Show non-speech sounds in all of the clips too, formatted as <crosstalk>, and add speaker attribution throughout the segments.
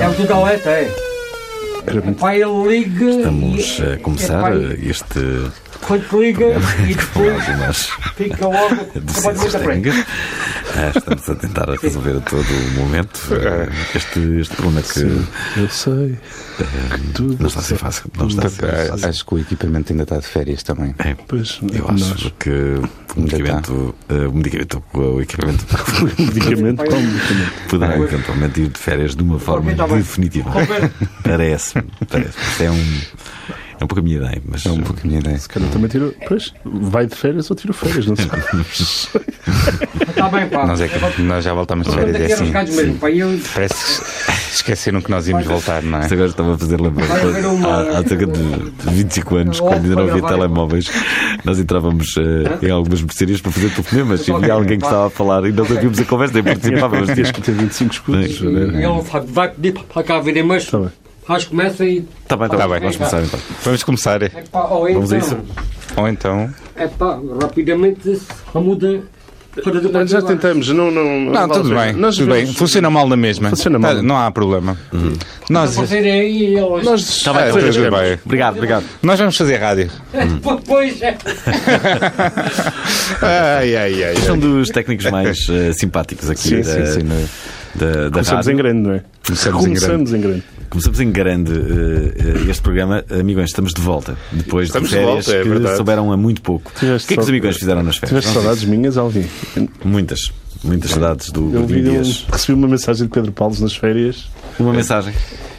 Speaker 1: É o do Aleta, é.
Speaker 2: Era muito-
Speaker 1: Vai, ele liga.
Speaker 3: Estamos
Speaker 1: e-
Speaker 4: É,
Speaker 3: a
Speaker 1: epá,
Speaker 3: começar eh, este
Speaker 1: Quando liga e depois
Speaker 3: programa
Speaker 4: <laughs>
Speaker 3: nós
Speaker 1: fica logo. Trabalho
Speaker 3: de
Speaker 1: muito à
Speaker 3: César <laughs>
Speaker 1: frente.
Speaker 3: Tenga. Ah, Estamos a tentar resolver a todo o momento
Speaker 4: É.
Speaker 3: eh, este, este problema que
Speaker 2: Eu sei. Tudo.
Speaker 3: não está a ser fácil. Não está a ser
Speaker 4: É.
Speaker 2: Portanto,
Speaker 3: fácil.
Speaker 4: Acho que o equipamento ainda está de férias também.
Speaker 3: É,
Speaker 2: Pois,
Speaker 3: eu acho que o medicamento, eh, o medicamento, o equipamento
Speaker 2: um Medicamento, é? toma medicamento.
Speaker 4: É.
Speaker 3: poderá eventualmente ir de férias de uma forma
Speaker 1: Está bem.
Speaker 3: definitiva.
Speaker 1: Roberto,
Speaker 3: Parece-me, parece É um, é um pouco a minha ideia, mas
Speaker 4: É um pouco a minha ideia.
Speaker 2: Se calhar também tiro. Pois, vai de férias ou tiro férias, não sei.
Speaker 3: É.
Speaker 1: Está tá bem, pá.
Speaker 4: Nós, é que, nós já voltámos de
Speaker 1: Vamos
Speaker 4: férias,
Speaker 1: daqui
Speaker 4: é
Speaker 1: a uns
Speaker 4: assim.
Speaker 1: cantos mesmo, pá. Eu
Speaker 4: Parece que <laughs> esqueceram que nós íamos voltar, não é?
Speaker 3: Isto agora estava a fazer lembrar.
Speaker 1: Vai haver uma-
Speaker 3: Há, há cerca de 25 anos,
Speaker 1: Ou
Speaker 3: quando ainda não
Speaker 1: para
Speaker 3: havia
Speaker 1: gravar.
Speaker 3: telemóveis, nós entrávamos eh, em algumas mercearias para fazer telefonemas e
Speaker 1: Ok,
Speaker 3: havia alguém que
Speaker 1: vá.
Speaker 3: estava a falar e nós ouvíamos a conversa e participávamos.
Speaker 2: Tens que ter 25 escudos. né?
Speaker 1: Ele vai- vai pedir para cá virem, mas
Speaker 2: Está bem.
Speaker 1: acho que começa e.
Speaker 3: Está bem, está
Speaker 4: Tá
Speaker 3: bem,
Speaker 4: bem.
Speaker 3: vamos começar então.
Speaker 4: Vamos começar.
Speaker 1: É pá, ou
Speaker 3: Vamos a
Speaker 1: então.
Speaker 4: Ou então.
Speaker 1: É pá, rapidamente se muda. para do
Speaker 2: Nós já tentamos, não. Não, não
Speaker 4: Não,
Speaker 2: vale
Speaker 4: tudo
Speaker 2: a pena.
Speaker 4: bem.
Speaker 2: Nós
Speaker 4: tudo bem.
Speaker 2: vemos-
Speaker 4: Funciona mal na mesma.
Speaker 2: Funciona mal.
Speaker 4: Tá, não há problema. Nós,
Speaker 1: Você é e eles. <laughs>
Speaker 2: Nós
Speaker 3: Tá bem,
Speaker 2: Ah,
Speaker 3: tá
Speaker 2: tudo
Speaker 3: bem,
Speaker 2: bem.
Speaker 4: bem.
Speaker 3: Obrigado, obrigado.
Speaker 4: nós vamos fazer rádio.
Speaker 1: Pois é.
Speaker 4: Ai, ai, ai.
Speaker 3: Este é um dos técnicos mais eh, simpáticos aqui
Speaker 2: Sim,
Speaker 3: da,
Speaker 2: sim, sim,
Speaker 3: da, da
Speaker 2: Começamos
Speaker 3: rádio.
Speaker 2: em grande, não é?
Speaker 4: Começamos em grande.
Speaker 2: Começamos em grande.
Speaker 3: Começamos em grande eh, eh, este programa. Amigões, estamos de volta. Depois
Speaker 4: Estamos
Speaker 3: de
Speaker 4: de
Speaker 3: férias
Speaker 4: volta, é
Speaker 3: que
Speaker 4: verdade.
Speaker 3: souberam há muito pouco.
Speaker 2: Tiveste
Speaker 3: o que é que os
Speaker 2: só-
Speaker 3: amigões fizeram nas férias?
Speaker 2: Tiveste saudades minhas, Alvin?
Speaker 3: Muitas. Muitas saudades do
Speaker 2: Eu vi, um
Speaker 3: Godinho
Speaker 2: eu
Speaker 3: Dias.
Speaker 2: recebi uma mensagem de Pedro Paulo nas férias.
Speaker 3: Uma mensagem.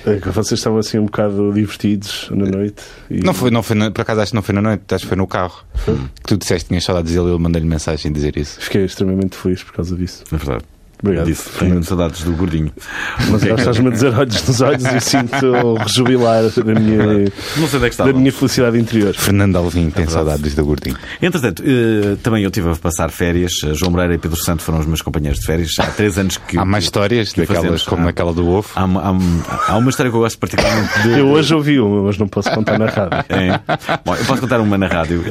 Speaker 2: eh, que Vocês estavam assim um bocado divertidos
Speaker 3: Eh,
Speaker 2: na noite. e-
Speaker 4: Não foi, não foi na- por acaso acho que não foi na noite, acho que foi no carro. Que tu disseste que tinhas saudades dele, ele mandei-lhe mensagem dizer isso.
Speaker 2: Fiquei extremamente feliz por causa disso.
Speaker 3: Na verdade.
Speaker 2: Obrigado.
Speaker 3: Disse, tenho saudades do gordinho.
Speaker 2: Mas agora estás-me a dizer olhos nos olhos e sinto rejubilar da minha,
Speaker 3: Não sei onde é que
Speaker 2: da
Speaker 3: estava.
Speaker 2: minha felicidade interior.
Speaker 4: Fernando Alvim tem saudades da Gordinho.
Speaker 3: Entretanto, eh, também eu estive a passar férias. Eh, João Moreira e Pedro Santo foram os meus companheiros de férias. Há três anos que.
Speaker 4: Há mais histórias
Speaker 3: que
Speaker 4: daquelas
Speaker 3: fazemos.
Speaker 4: como
Speaker 3: Há-
Speaker 4: naquela do ovo.
Speaker 3: Há, uma- há uma- há uma história que eu gosto particularmente de.
Speaker 2: Eu hoje ouvi uma, mas não posso contar na rádio.
Speaker 3: É. Bom, eu posso contar uma na rádio. Uh,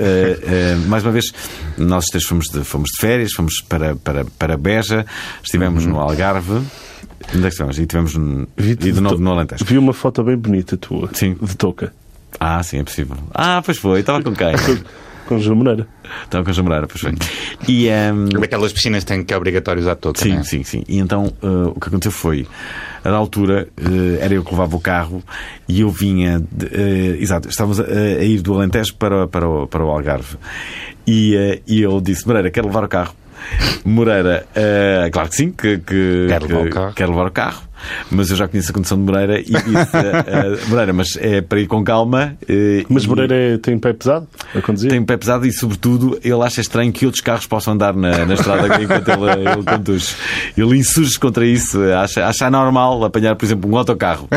Speaker 3: uh, mais uma vez, nós três fomos de, fomos de férias, fomos para, para, para Beja, estivemos no Algarve. Onde é que estivemos? E estivemos no, e
Speaker 2: Vi-te
Speaker 3: de
Speaker 2: de
Speaker 3: novo
Speaker 2: to-
Speaker 3: no Alentejo.
Speaker 2: Vi uma foto bem bonita tua,
Speaker 3: Sim.
Speaker 2: de touca,
Speaker 3: Ah, sim, é possível. Ah, pois foi, estava com quem?
Speaker 2: com João Moreira.
Speaker 3: Estava com a Jamoreira, pois foi. E, um,
Speaker 4: Daquelas piscinas que têm que é obrigatório usar todos.
Speaker 3: Sim, sim, sim. E então eh, o que aconteceu foi, a da altura, eh, era eu que levava o carro e eu vinha. de- eh, exato, estávamos a, a ir do Alentejo para, o- para, o, para o Algarve. E, eh, e eu disse: Moreira, quero levar o carro. Moreira, eh, claro que sim, que, que,
Speaker 4: Quero levar o
Speaker 3: que-
Speaker 4: carro.
Speaker 3: quero levar o carro, mas eu já conheço a condição de Moreira e disse: eh, eh, Moreira, mas é para ir com calma. eh,
Speaker 2: Mas
Speaker 3: e-
Speaker 2: Moreira é- tem pé pesado a conduzir?
Speaker 3: tem um pé pesado e, sobretudo, ele acha estranho que outros carros possam andar na, na estrada enquanto ele, ele conduz. Ele insurge contra isso. Acha, acha normal apanhar, por exemplo, um autocarro.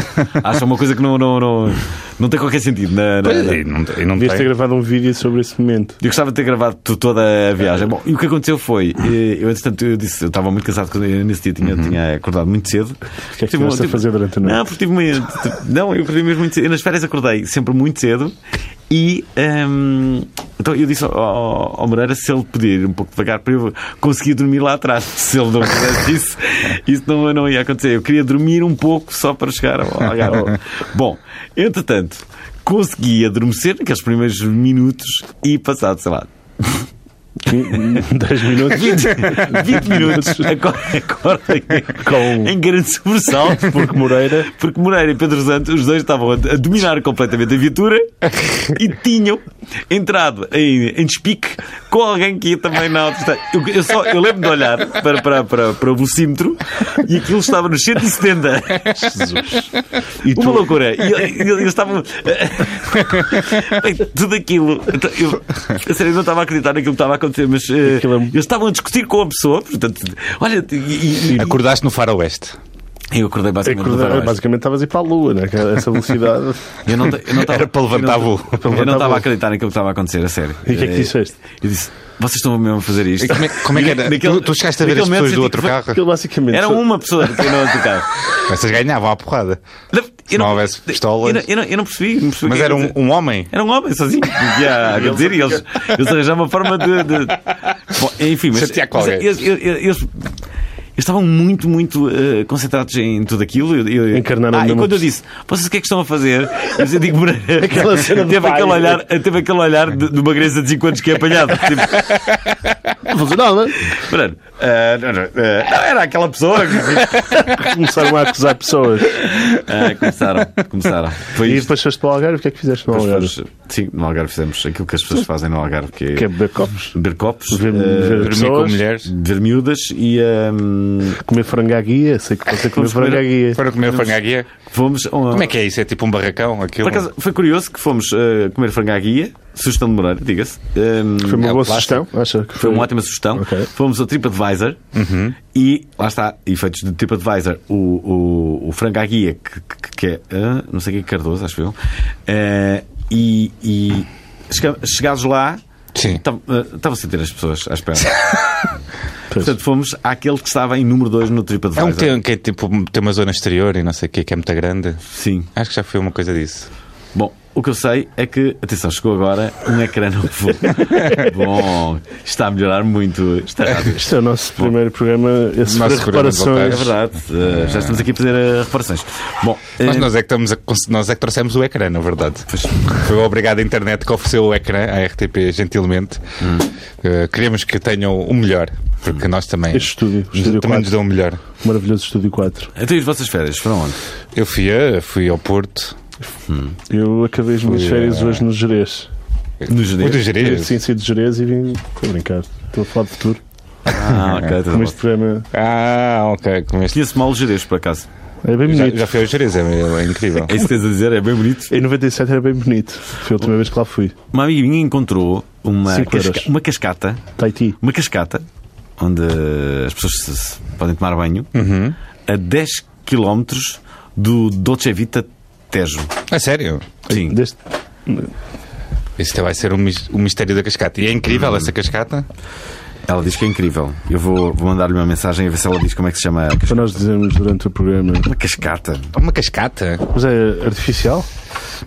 Speaker 3: Acha uma coisa que não, não, não, não tem qualquer sentido. Na, na-
Speaker 2: é.
Speaker 3: na-
Speaker 4: E não, e não
Speaker 2: Devias ter
Speaker 4: tem.
Speaker 2: gravado um vídeo sobre esse momento.
Speaker 3: eu gostava de ter gravado tu- toda a viagem. Bom, e o que aconteceu foi, eh, eu entretanto, eu disse, eu estava muito cansado, porque eu nesse dia tinha, tinha acordado muito cedo.
Speaker 2: Uhum.
Speaker 3: um
Speaker 2: O que é que estiveste a fazer durante a noite?
Speaker 3: Não, Ah, porque tive uma- Não, eu acordei mesmo muito cedo. Eu nas férias acordei sempre muito cedo e. hum, então eu disse ao, ao- ao Moreira se ele podia ir um pouco devagar para eu conseguir dormir lá atrás. Se ele não fizesse isso, isso não, não ia acontecer. Eu queria dormir um pouco só para chegar ao Algarve. Bom, entretanto, consegui adormecer naqueles primeiros minutos e passado, sei lá,
Speaker 2: <laughs> 10 minutos.
Speaker 3: 20 minutos acorda, acorda
Speaker 2: Com-
Speaker 3: em, em grande sobressalto
Speaker 2: Porque Moreira
Speaker 3: porque Moreira e Pedro Santos, os dois estavam a a
Speaker 2: <laughs>
Speaker 3: dominar completamente a viatura e tinham entrado em, em despique com alguém que ia também na autoestrada. Eu, eu só, eu lembro de olhar para, para, para, para o vocímetro e aquilo estava nos 170.
Speaker 2: Jesus.
Speaker 3: E Uma loucura. E eu, eu- eu
Speaker 2: <laughs>
Speaker 3: estava. Bem, Tudo aquilo. Então, Eu, a sério, eu não estava a acreditar naquilo que estava a acontecer, mas eh,
Speaker 2: Aquilo é um-
Speaker 3: eles estavam a discutir com a pessoa. Portanto, olha, e- e,
Speaker 4: Acordaste no faroeste.
Speaker 3: e- eu acordei basicamente. no
Speaker 2: Acordei-
Speaker 3: faroeste.
Speaker 2: Basicamente estavas a ir para a lua, né? que essa velocidade.
Speaker 3: Eu não, eu não estava-
Speaker 4: <laughs> Era para levantar
Speaker 3: eu não-
Speaker 4: voo.
Speaker 2: Para
Speaker 3: Eu
Speaker 2: levantar
Speaker 3: não estava
Speaker 2: voo.
Speaker 3: a acreditar naquilo que estava a acontecer, a sério.
Speaker 2: E o que é que
Speaker 3: Eh,
Speaker 2: disseste?
Speaker 3: Eu disse: vocês estão mesmo a fazer isto?
Speaker 4: E Como é, como é que
Speaker 3: <laughs>
Speaker 4: era?
Speaker 3: Naquele-
Speaker 4: tu, tu chegaste a ver
Speaker 3: naquele
Speaker 4: as
Speaker 3: momento
Speaker 4: pessoas do
Speaker 3: senti
Speaker 4: outro
Speaker 3: que foi-
Speaker 4: carro?
Speaker 2: Aquilo basicamente.
Speaker 3: Era uma pessoa que eu não acreditava.
Speaker 4: Vocês ganhavam à porrada.
Speaker 3: Não,
Speaker 4: <laughs> Se não houvesse pistolas.
Speaker 3: Eu não, eu não- eu não percebi. não percebi o
Speaker 4: Mas
Speaker 3: que é
Speaker 4: era
Speaker 3: que
Speaker 4: um, um homem.
Speaker 3: Era um homem sozinho, que ia a dizer, e eles, eles arranjaram uma forma de. de- Bom, enfim, mas.
Speaker 4: Chatear com
Speaker 3: mas
Speaker 4: alguém.
Speaker 3: eles, eles- eles- eles estavam muito, muito eh, concentrados em tudo aquilo. Eu, eu-
Speaker 2: Encarnaram
Speaker 3: ah, e
Speaker 2: mesmo
Speaker 3: quando eu
Speaker 2: a pessoa.
Speaker 3: disse, vocês o que é que estão a fazer? Eu disse, digo, Moreira,
Speaker 2: Aquela cena de
Speaker 3: teve,
Speaker 2: pai.
Speaker 3: aquele olhar, teve aquele olhar de, de uma criança de 5 anos que é apanhado. <laughs> Tipo,
Speaker 2: Não fazer nada.
Speaker 3: Moreira, ah, não, não, ah, não, era aquela pessoa. que-
Speaker 2: <laughs> Começaram a acusar pessoas.
Speaker 3: <laughs> Ah, começaram, começaram. Foi
Speaker 2: E
Speaker 3: isto.
Speaker 2: depois foste para o Algarve, o que é que fizeste no
Speaker 3: As
Speaker 2: Algarve?
Speaker 3: pessoas- Sim, no Algarve fizemos aquilo que as pessoas fazem no Algarve, que é,
Speaker 2: Que é beber copos,
Speaker 3: beber copos,
Speaker 2: ver,
Speaker 3: eh,
Speaker 2: ver
Speaker 4: Dormir com
Speaker 2: pessoas,
Speaker 4: mulheres.
Speaker 3: ver miúdas e hum,
Speaker 2: comer frango à guia. Sei que você comer
Speaker 3: Fomos comer-
Speaker 2: frango à guia.
Speaker 4: Para comer frango à guia.
Speaker 3: fomos.
Speaker 4: Como é que é isso? É tipo um barracão? Aquilo?
Speaker 3: Ah. Por acaso, foi curioso que fomos eh, comer frango à guia, sugestão de Moreira, diga-se. Hum,
Speaker 2: Foi uma
Speaker 4: É o
Speaker 2: boa
Speaker 4: plástico.
Speaker 2: sugestão, acha que
Speaker 3: foi um uma ótima sugestão.
Speaker 2: Ok.
Speaker 3: Fomos ao TripAdvisor
Speaker 4: Uhum.
Speaker 3: e lá está, efeitos de TripAdvisor, o, o, o frango à guia, que, que- que é, ah, não sei o que é Cardoso, acho eu. Eh, e e chega- chegados lá,
Speaker 4: Sim.
Speaker 3: Tav- eh, Estavam-se a ter as pessoas à
Speaker 4: <laughs>
Speaker 3: espera.
Speaker 2: Pois.
Speaker 3: Portanto, fomos àquele que estava em número 2 no
Speaker 4: É
Speaker 3: TripAdvisor.
Speaker 4: um tem, que é tipo tem uma zona exterior e não sei o que, que é muito grande.
Speaker 3: Sim.
Speaker 4: Acho que já foi uma coisa disso.
Speaker 3: Bom, o que eu sei é que, atenção, chegou agora um ecrã novo. Bom, está a melhorar muito esta rádio.
Speaker 2: Este é o nosso primeiro programa a sofrer
Speaker 4: nosso programa de
Speaker 3: É
Speaker 2: reparações.
Speaker 3: verdade, eh, já estamos aqui a fazer eh, reparações. Bom, eh,
Speaker 4: Mas nós é que, estamos a cons- nós é que trouxemos o ecrã, na verdade. Foi obrigado a internet que ofereceu o ecrã à RTP, gentilmente.
Speaker 2: Hum.
Speaker 4: Eh, queremos que tenham o melhor, porque nós também,
Speaker 2: Este estúdio, o estúdio
Speaker 4: também nos
Speaker 2: 4,
Speaker 4: dão o melhor.
Speaker 2: maravilhoso estúdio 4.
Speaker 3: então e as vossas férias? Foram onde?
Speaker 4: Eu fui, a- fui ao Porto.
Speaker 2: Eu acabei as minhas
Speaker 4: Fui,
Speaker 2: férias
Speaker 4: eh,
Speaker 2: hoje no Jerez.
Speaker 3: No
Speaker 4: Fui do
Speaker 3: janeiro?
Speaker 4: Jerez.
Speaker 2: É, Sim, saí de Jerez e vim. Estou a brincar, estou a falar de futuro.
Speaker 3: Ah, ok, tudo
Speaker 2: Como
Speaker 3: bom.
Speaker 2: este programa
Speaker 4: Ah, ok. Com este...
Speaker 3: Conheço mal o Jerez, por acaso.
Speaker 2: é bem
Speaker 4: já,
Speaker 2: bonito.
Speaker 4: já fui ao Jerez, é, é incrível.
Speaker 3: É isso que tens a dizer, é bem bonito.
Speaker 2: Em 97 era bem bonito. Foi a última vez que lá fui.
Speaker 3: Uma amiga minha encontrou uma,
Speaker 2: Cinco
Speaker 3: casca-
Speaker 2: euros.
Speaker 3: uma cascata
Speaker 2: Tahiti.
Speaker 3: uma cascata onde as pessoas se- se podem tomar banho a 10 km do Dolce Vita Tejo.
Speaker 4: É sério.
Speaker 3: Sim.
Speaker 2: Deste...
Speaker 4: Isto vai ser o, mis- o mistério da cascata. E é incrível
Speaker 2: Hum.
Speaker 4: essa cascata.
Speaker 3: Ela diz que é incrível. Eu vou, vou mandar-lhe uma mensagem a ver se ela diz como é que se chama a cascata.
Speaker 2: Para nós dizermos durante o programa.
Speaker 3: Uma cascata.
Speaker 4: É Uma cascata.
Speaker 2: Mas é artificial?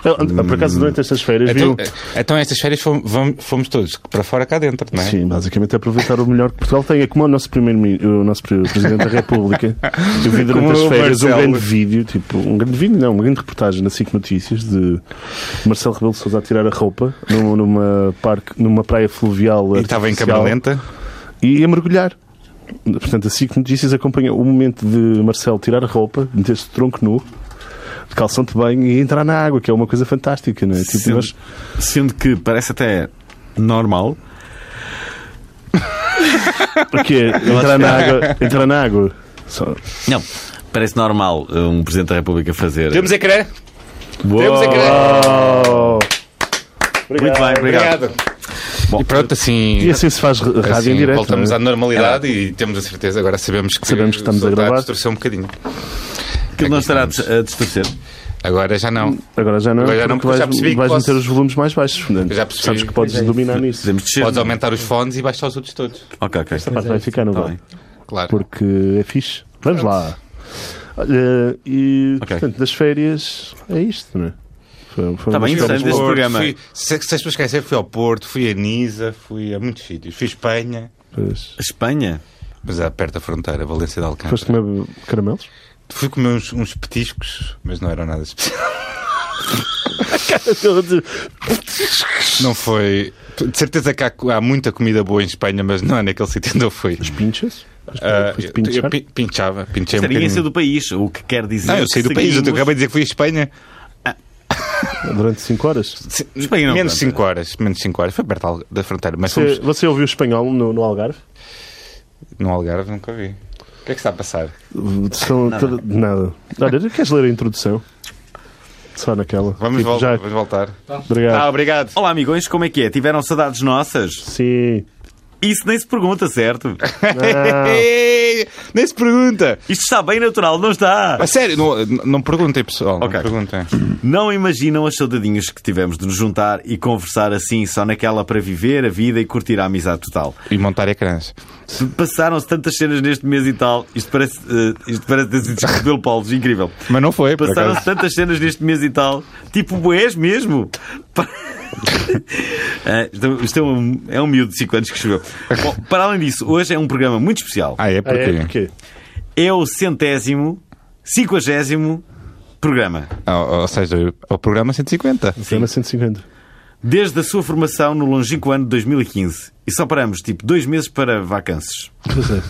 Speaker 2: Ah, Por acaso, durante estas feiras,
Speaker 4: Então,
Speaker 2: viu?
Speaker 4: então estas férias fomos, vamos- fomos todos para fora cá dentro, não é?
Speaker 2: Sim, basicamente aproveitar o melhor que Portugal tem. É como o nosso, primeiro, mi- o nosso pre- Presidente da República.
Speaker 4: <laughs>
Speaker 2: Eu vi durante
Speaker 4: Como
Speaker 2: as
Speaker 4: o
Speaker 2: férias um
Speaker 4: Marcelo.
Speaker 2: grande vídeo, tipo, um grande vídeo, não, uma grande reportagem na SIC Notícias de Marcelo Rebelo de Sousa a tirar a roupa num- numa, parque, numa praia fluvial.
Speaker 4: E estava em câmera
Speaker 2: artificial
Speaker 4: lenta.
Speaker 2: E a mergulhar. Portanto, a SIC Notícias acompanha o momento de Marcelo tirar a roupa, meter-se de tronco nu. De calção de banho e entrar na água, que é uma coisa fantástica, não é? Tipo,
Speaker 3: Sendo,
Speaker 2: mas
Speaker 3: sendo que parece até normal.
Speaker 2: porque entrar na água, entrar na água. Só-
Speaker 3: Não. Parece normal uh, um Presidente da República fazer.
Speaker 4: Temos ecrã.
Speaker 3: Uou!
Speaker 4: Temos ecrã.
Speaker 2: Oh.
Speaker 3: Muito bem, obrigado. Bom,
Speaker 4: E pronto, assim.
Speaker 2: E assim se faz r- rádio
Speaker 4: assim,
Speaker 2: em direto.
Speaker 4: voltamos
Speaker 2: não
Speaker 4: à
Speaker 2: é?
Speaker 4: normalidade e temos a certeza. Agora sabemos que,
Speaker 2: Sabemos que estamos a
Speaker 4: o
Speaker 2: gravar.
Speaker 4: distorceu um bocadinho.
Speaker 3: aquilo não estará a dis- a distorcer.
Speaker 4: Agora já não.
Speaker 2: Agora já não,
Speaker 4: Agora já não,
Speaker 2: porque
Speaker 4: porque
Speaker 2: vais,
Speaker 4: já percebi que
Speaker 2: vais
Speaker 4: posso.
Speaker 2: meter os volumes mais baixos. portanto,
Speaker 4: Já percebi. É
Speaker 2: Sabes que podes dominar nisso.
Speaker 3: Podemos descer.
Speaker 4: Podes
Speaker 3: não?
Speaker 4: aumentar os fones e baixar os outros todos.
Speaker 3: Ok, ok.
Speaker 4: É
Speaker 2: Mas vai ficar no
Speaker 3: Tá
Speaker 2: bar,
Speaker 3: bem.
Speaker 4: Claro.
Speaker 2: porque é fixe. Vamos lá. Olha, e
Speaker 3: Ok.
Speaker 2: portanto, das férias é isto, não é? Foi, foi
Speaker 3: Tá
Speaker 2: umas
Speaker 3: bem,
Speaker 2: férias
Speaker 3: interessante.
Speaker 2: boas.
Speaker 3: Este programa.
Speaker 4: Fui, se, se as pessoas esquecer, fui ao Porto, fui a Nisa, fui a muitos sítios. Fui a Espanha,
Speaker 2: Pois.
Speaker 3: Espanha?
Speaker 4: mas é perto da fronteira, Valência de Alcântara.
Speaker 2: Foste comer
Speaker 4: <laughs>
Speaker 2: caramelos?
Speaker 4: Fui comer uns, uns petiscos, mas não eram nada especial. Não foi. De certeza que há, há muita comida boa em Espanha, mas não é naquele sítio onde eu fui.
Speaker 2: eh, Pinchas?
Speaker 4: Ah,
Speaker 2: Foste
Speaker 4: eu,
Speaker 2: pinchar?
Speaker 4: eu pi- pinchava, pinchei um
Speaker 3: Ninguém
Speaker 4: bocadinho.
Speaker 3: saiu do país, o que quer dizer.
Speaker 4: Não, eu saí
Speaker 3: que
Speaker 4: do país, eu
Speaker 3: seguimos-
Speaker 4: acabei de dizer que fui à Espanha.
Speaker 2: durante 5 horas.
Speaker 4: Sim,
Speaker 3: Espanha não
Speaker 4: menos
Speaker 3: conta.
Speaker 4: 5 horas, menos 5 horas. Foi perto al- da fronteira, mas
Speaker 2: Você,
Speaker 4: fomos
Speaker 2: você ouviu espanhol no, no Algarve?
Speaker 4: no Algarve, nunca vi. O que é que está a passar?
Speaker 2: São
Speaker 3: Nada.
Speaker 2: toda- nada. Olha, queres ler a introdução? Só naquela.
Speaker 4: Vamos,
Speaker 2: Tipo,
Speaker 4: vol-
Speaker 2: já.
Speaker 4: vamos voltar.
Speaker 2: Obrigado.
Speaker 4: Ah, obrigado.
Speaker 3: Olá, amigões, como é que é? Tiveram saudades nossas?
Speaker 2: Sim.
Speaker 3: Isso nem se pergunta,
Speaker 4: <laughs>
Speaker 3: certo?
Speaker 2: <laughs> Não.
Speaker 4: Nem se pergunta.
Speaker 3: Isto está bem natural, não está?
Speaker 4: A sério, não, não perguntem, pessoal.
Speaker 3: Ok.
Speaker 4: Não perguntem.
Speaker 3: Não imaginam as saudadinhas que tivemos de nos juntar e conversar assim, só naquela para viver a vida e curtir a amizade total.
Speaker 4: E montar ecrãs.
Speaker 3: Passaram-se tantas cenas neste mês e tal. Isto parece, eh, isto parece ter sido escrito pelo Paulo, é incrível.
Speaker 4: Mas não foi, por
Speaker 3: Passaram-se
Speaker 4: acaso.
Speaker 3: tantas cenas neste mês e tal. Tipo, boés
Speaker 4: <laughs>
Speaker 3: mesmo. Pa- Ah, isto isto é um, é um miúdo de 5 anos que escreveu. Bom, para além disso, hoje é um programa muito especial.
Speaker 4: Ah, é
Speaker 2: Ah, é?
Speaker 4: porque.
Speaker 2: Porquê?
Speaker 3: É o centésimo, cinquagésimo programa.
Speaker 4: Ah, ou, ou seja, o programa 150.
Speaker 2: Programa 150.
Speaker 3: Desde a sua formação no longínquo ano de 2015. E só paramos, tipo, dois meses para vacances.
Speaker 2: Pois é.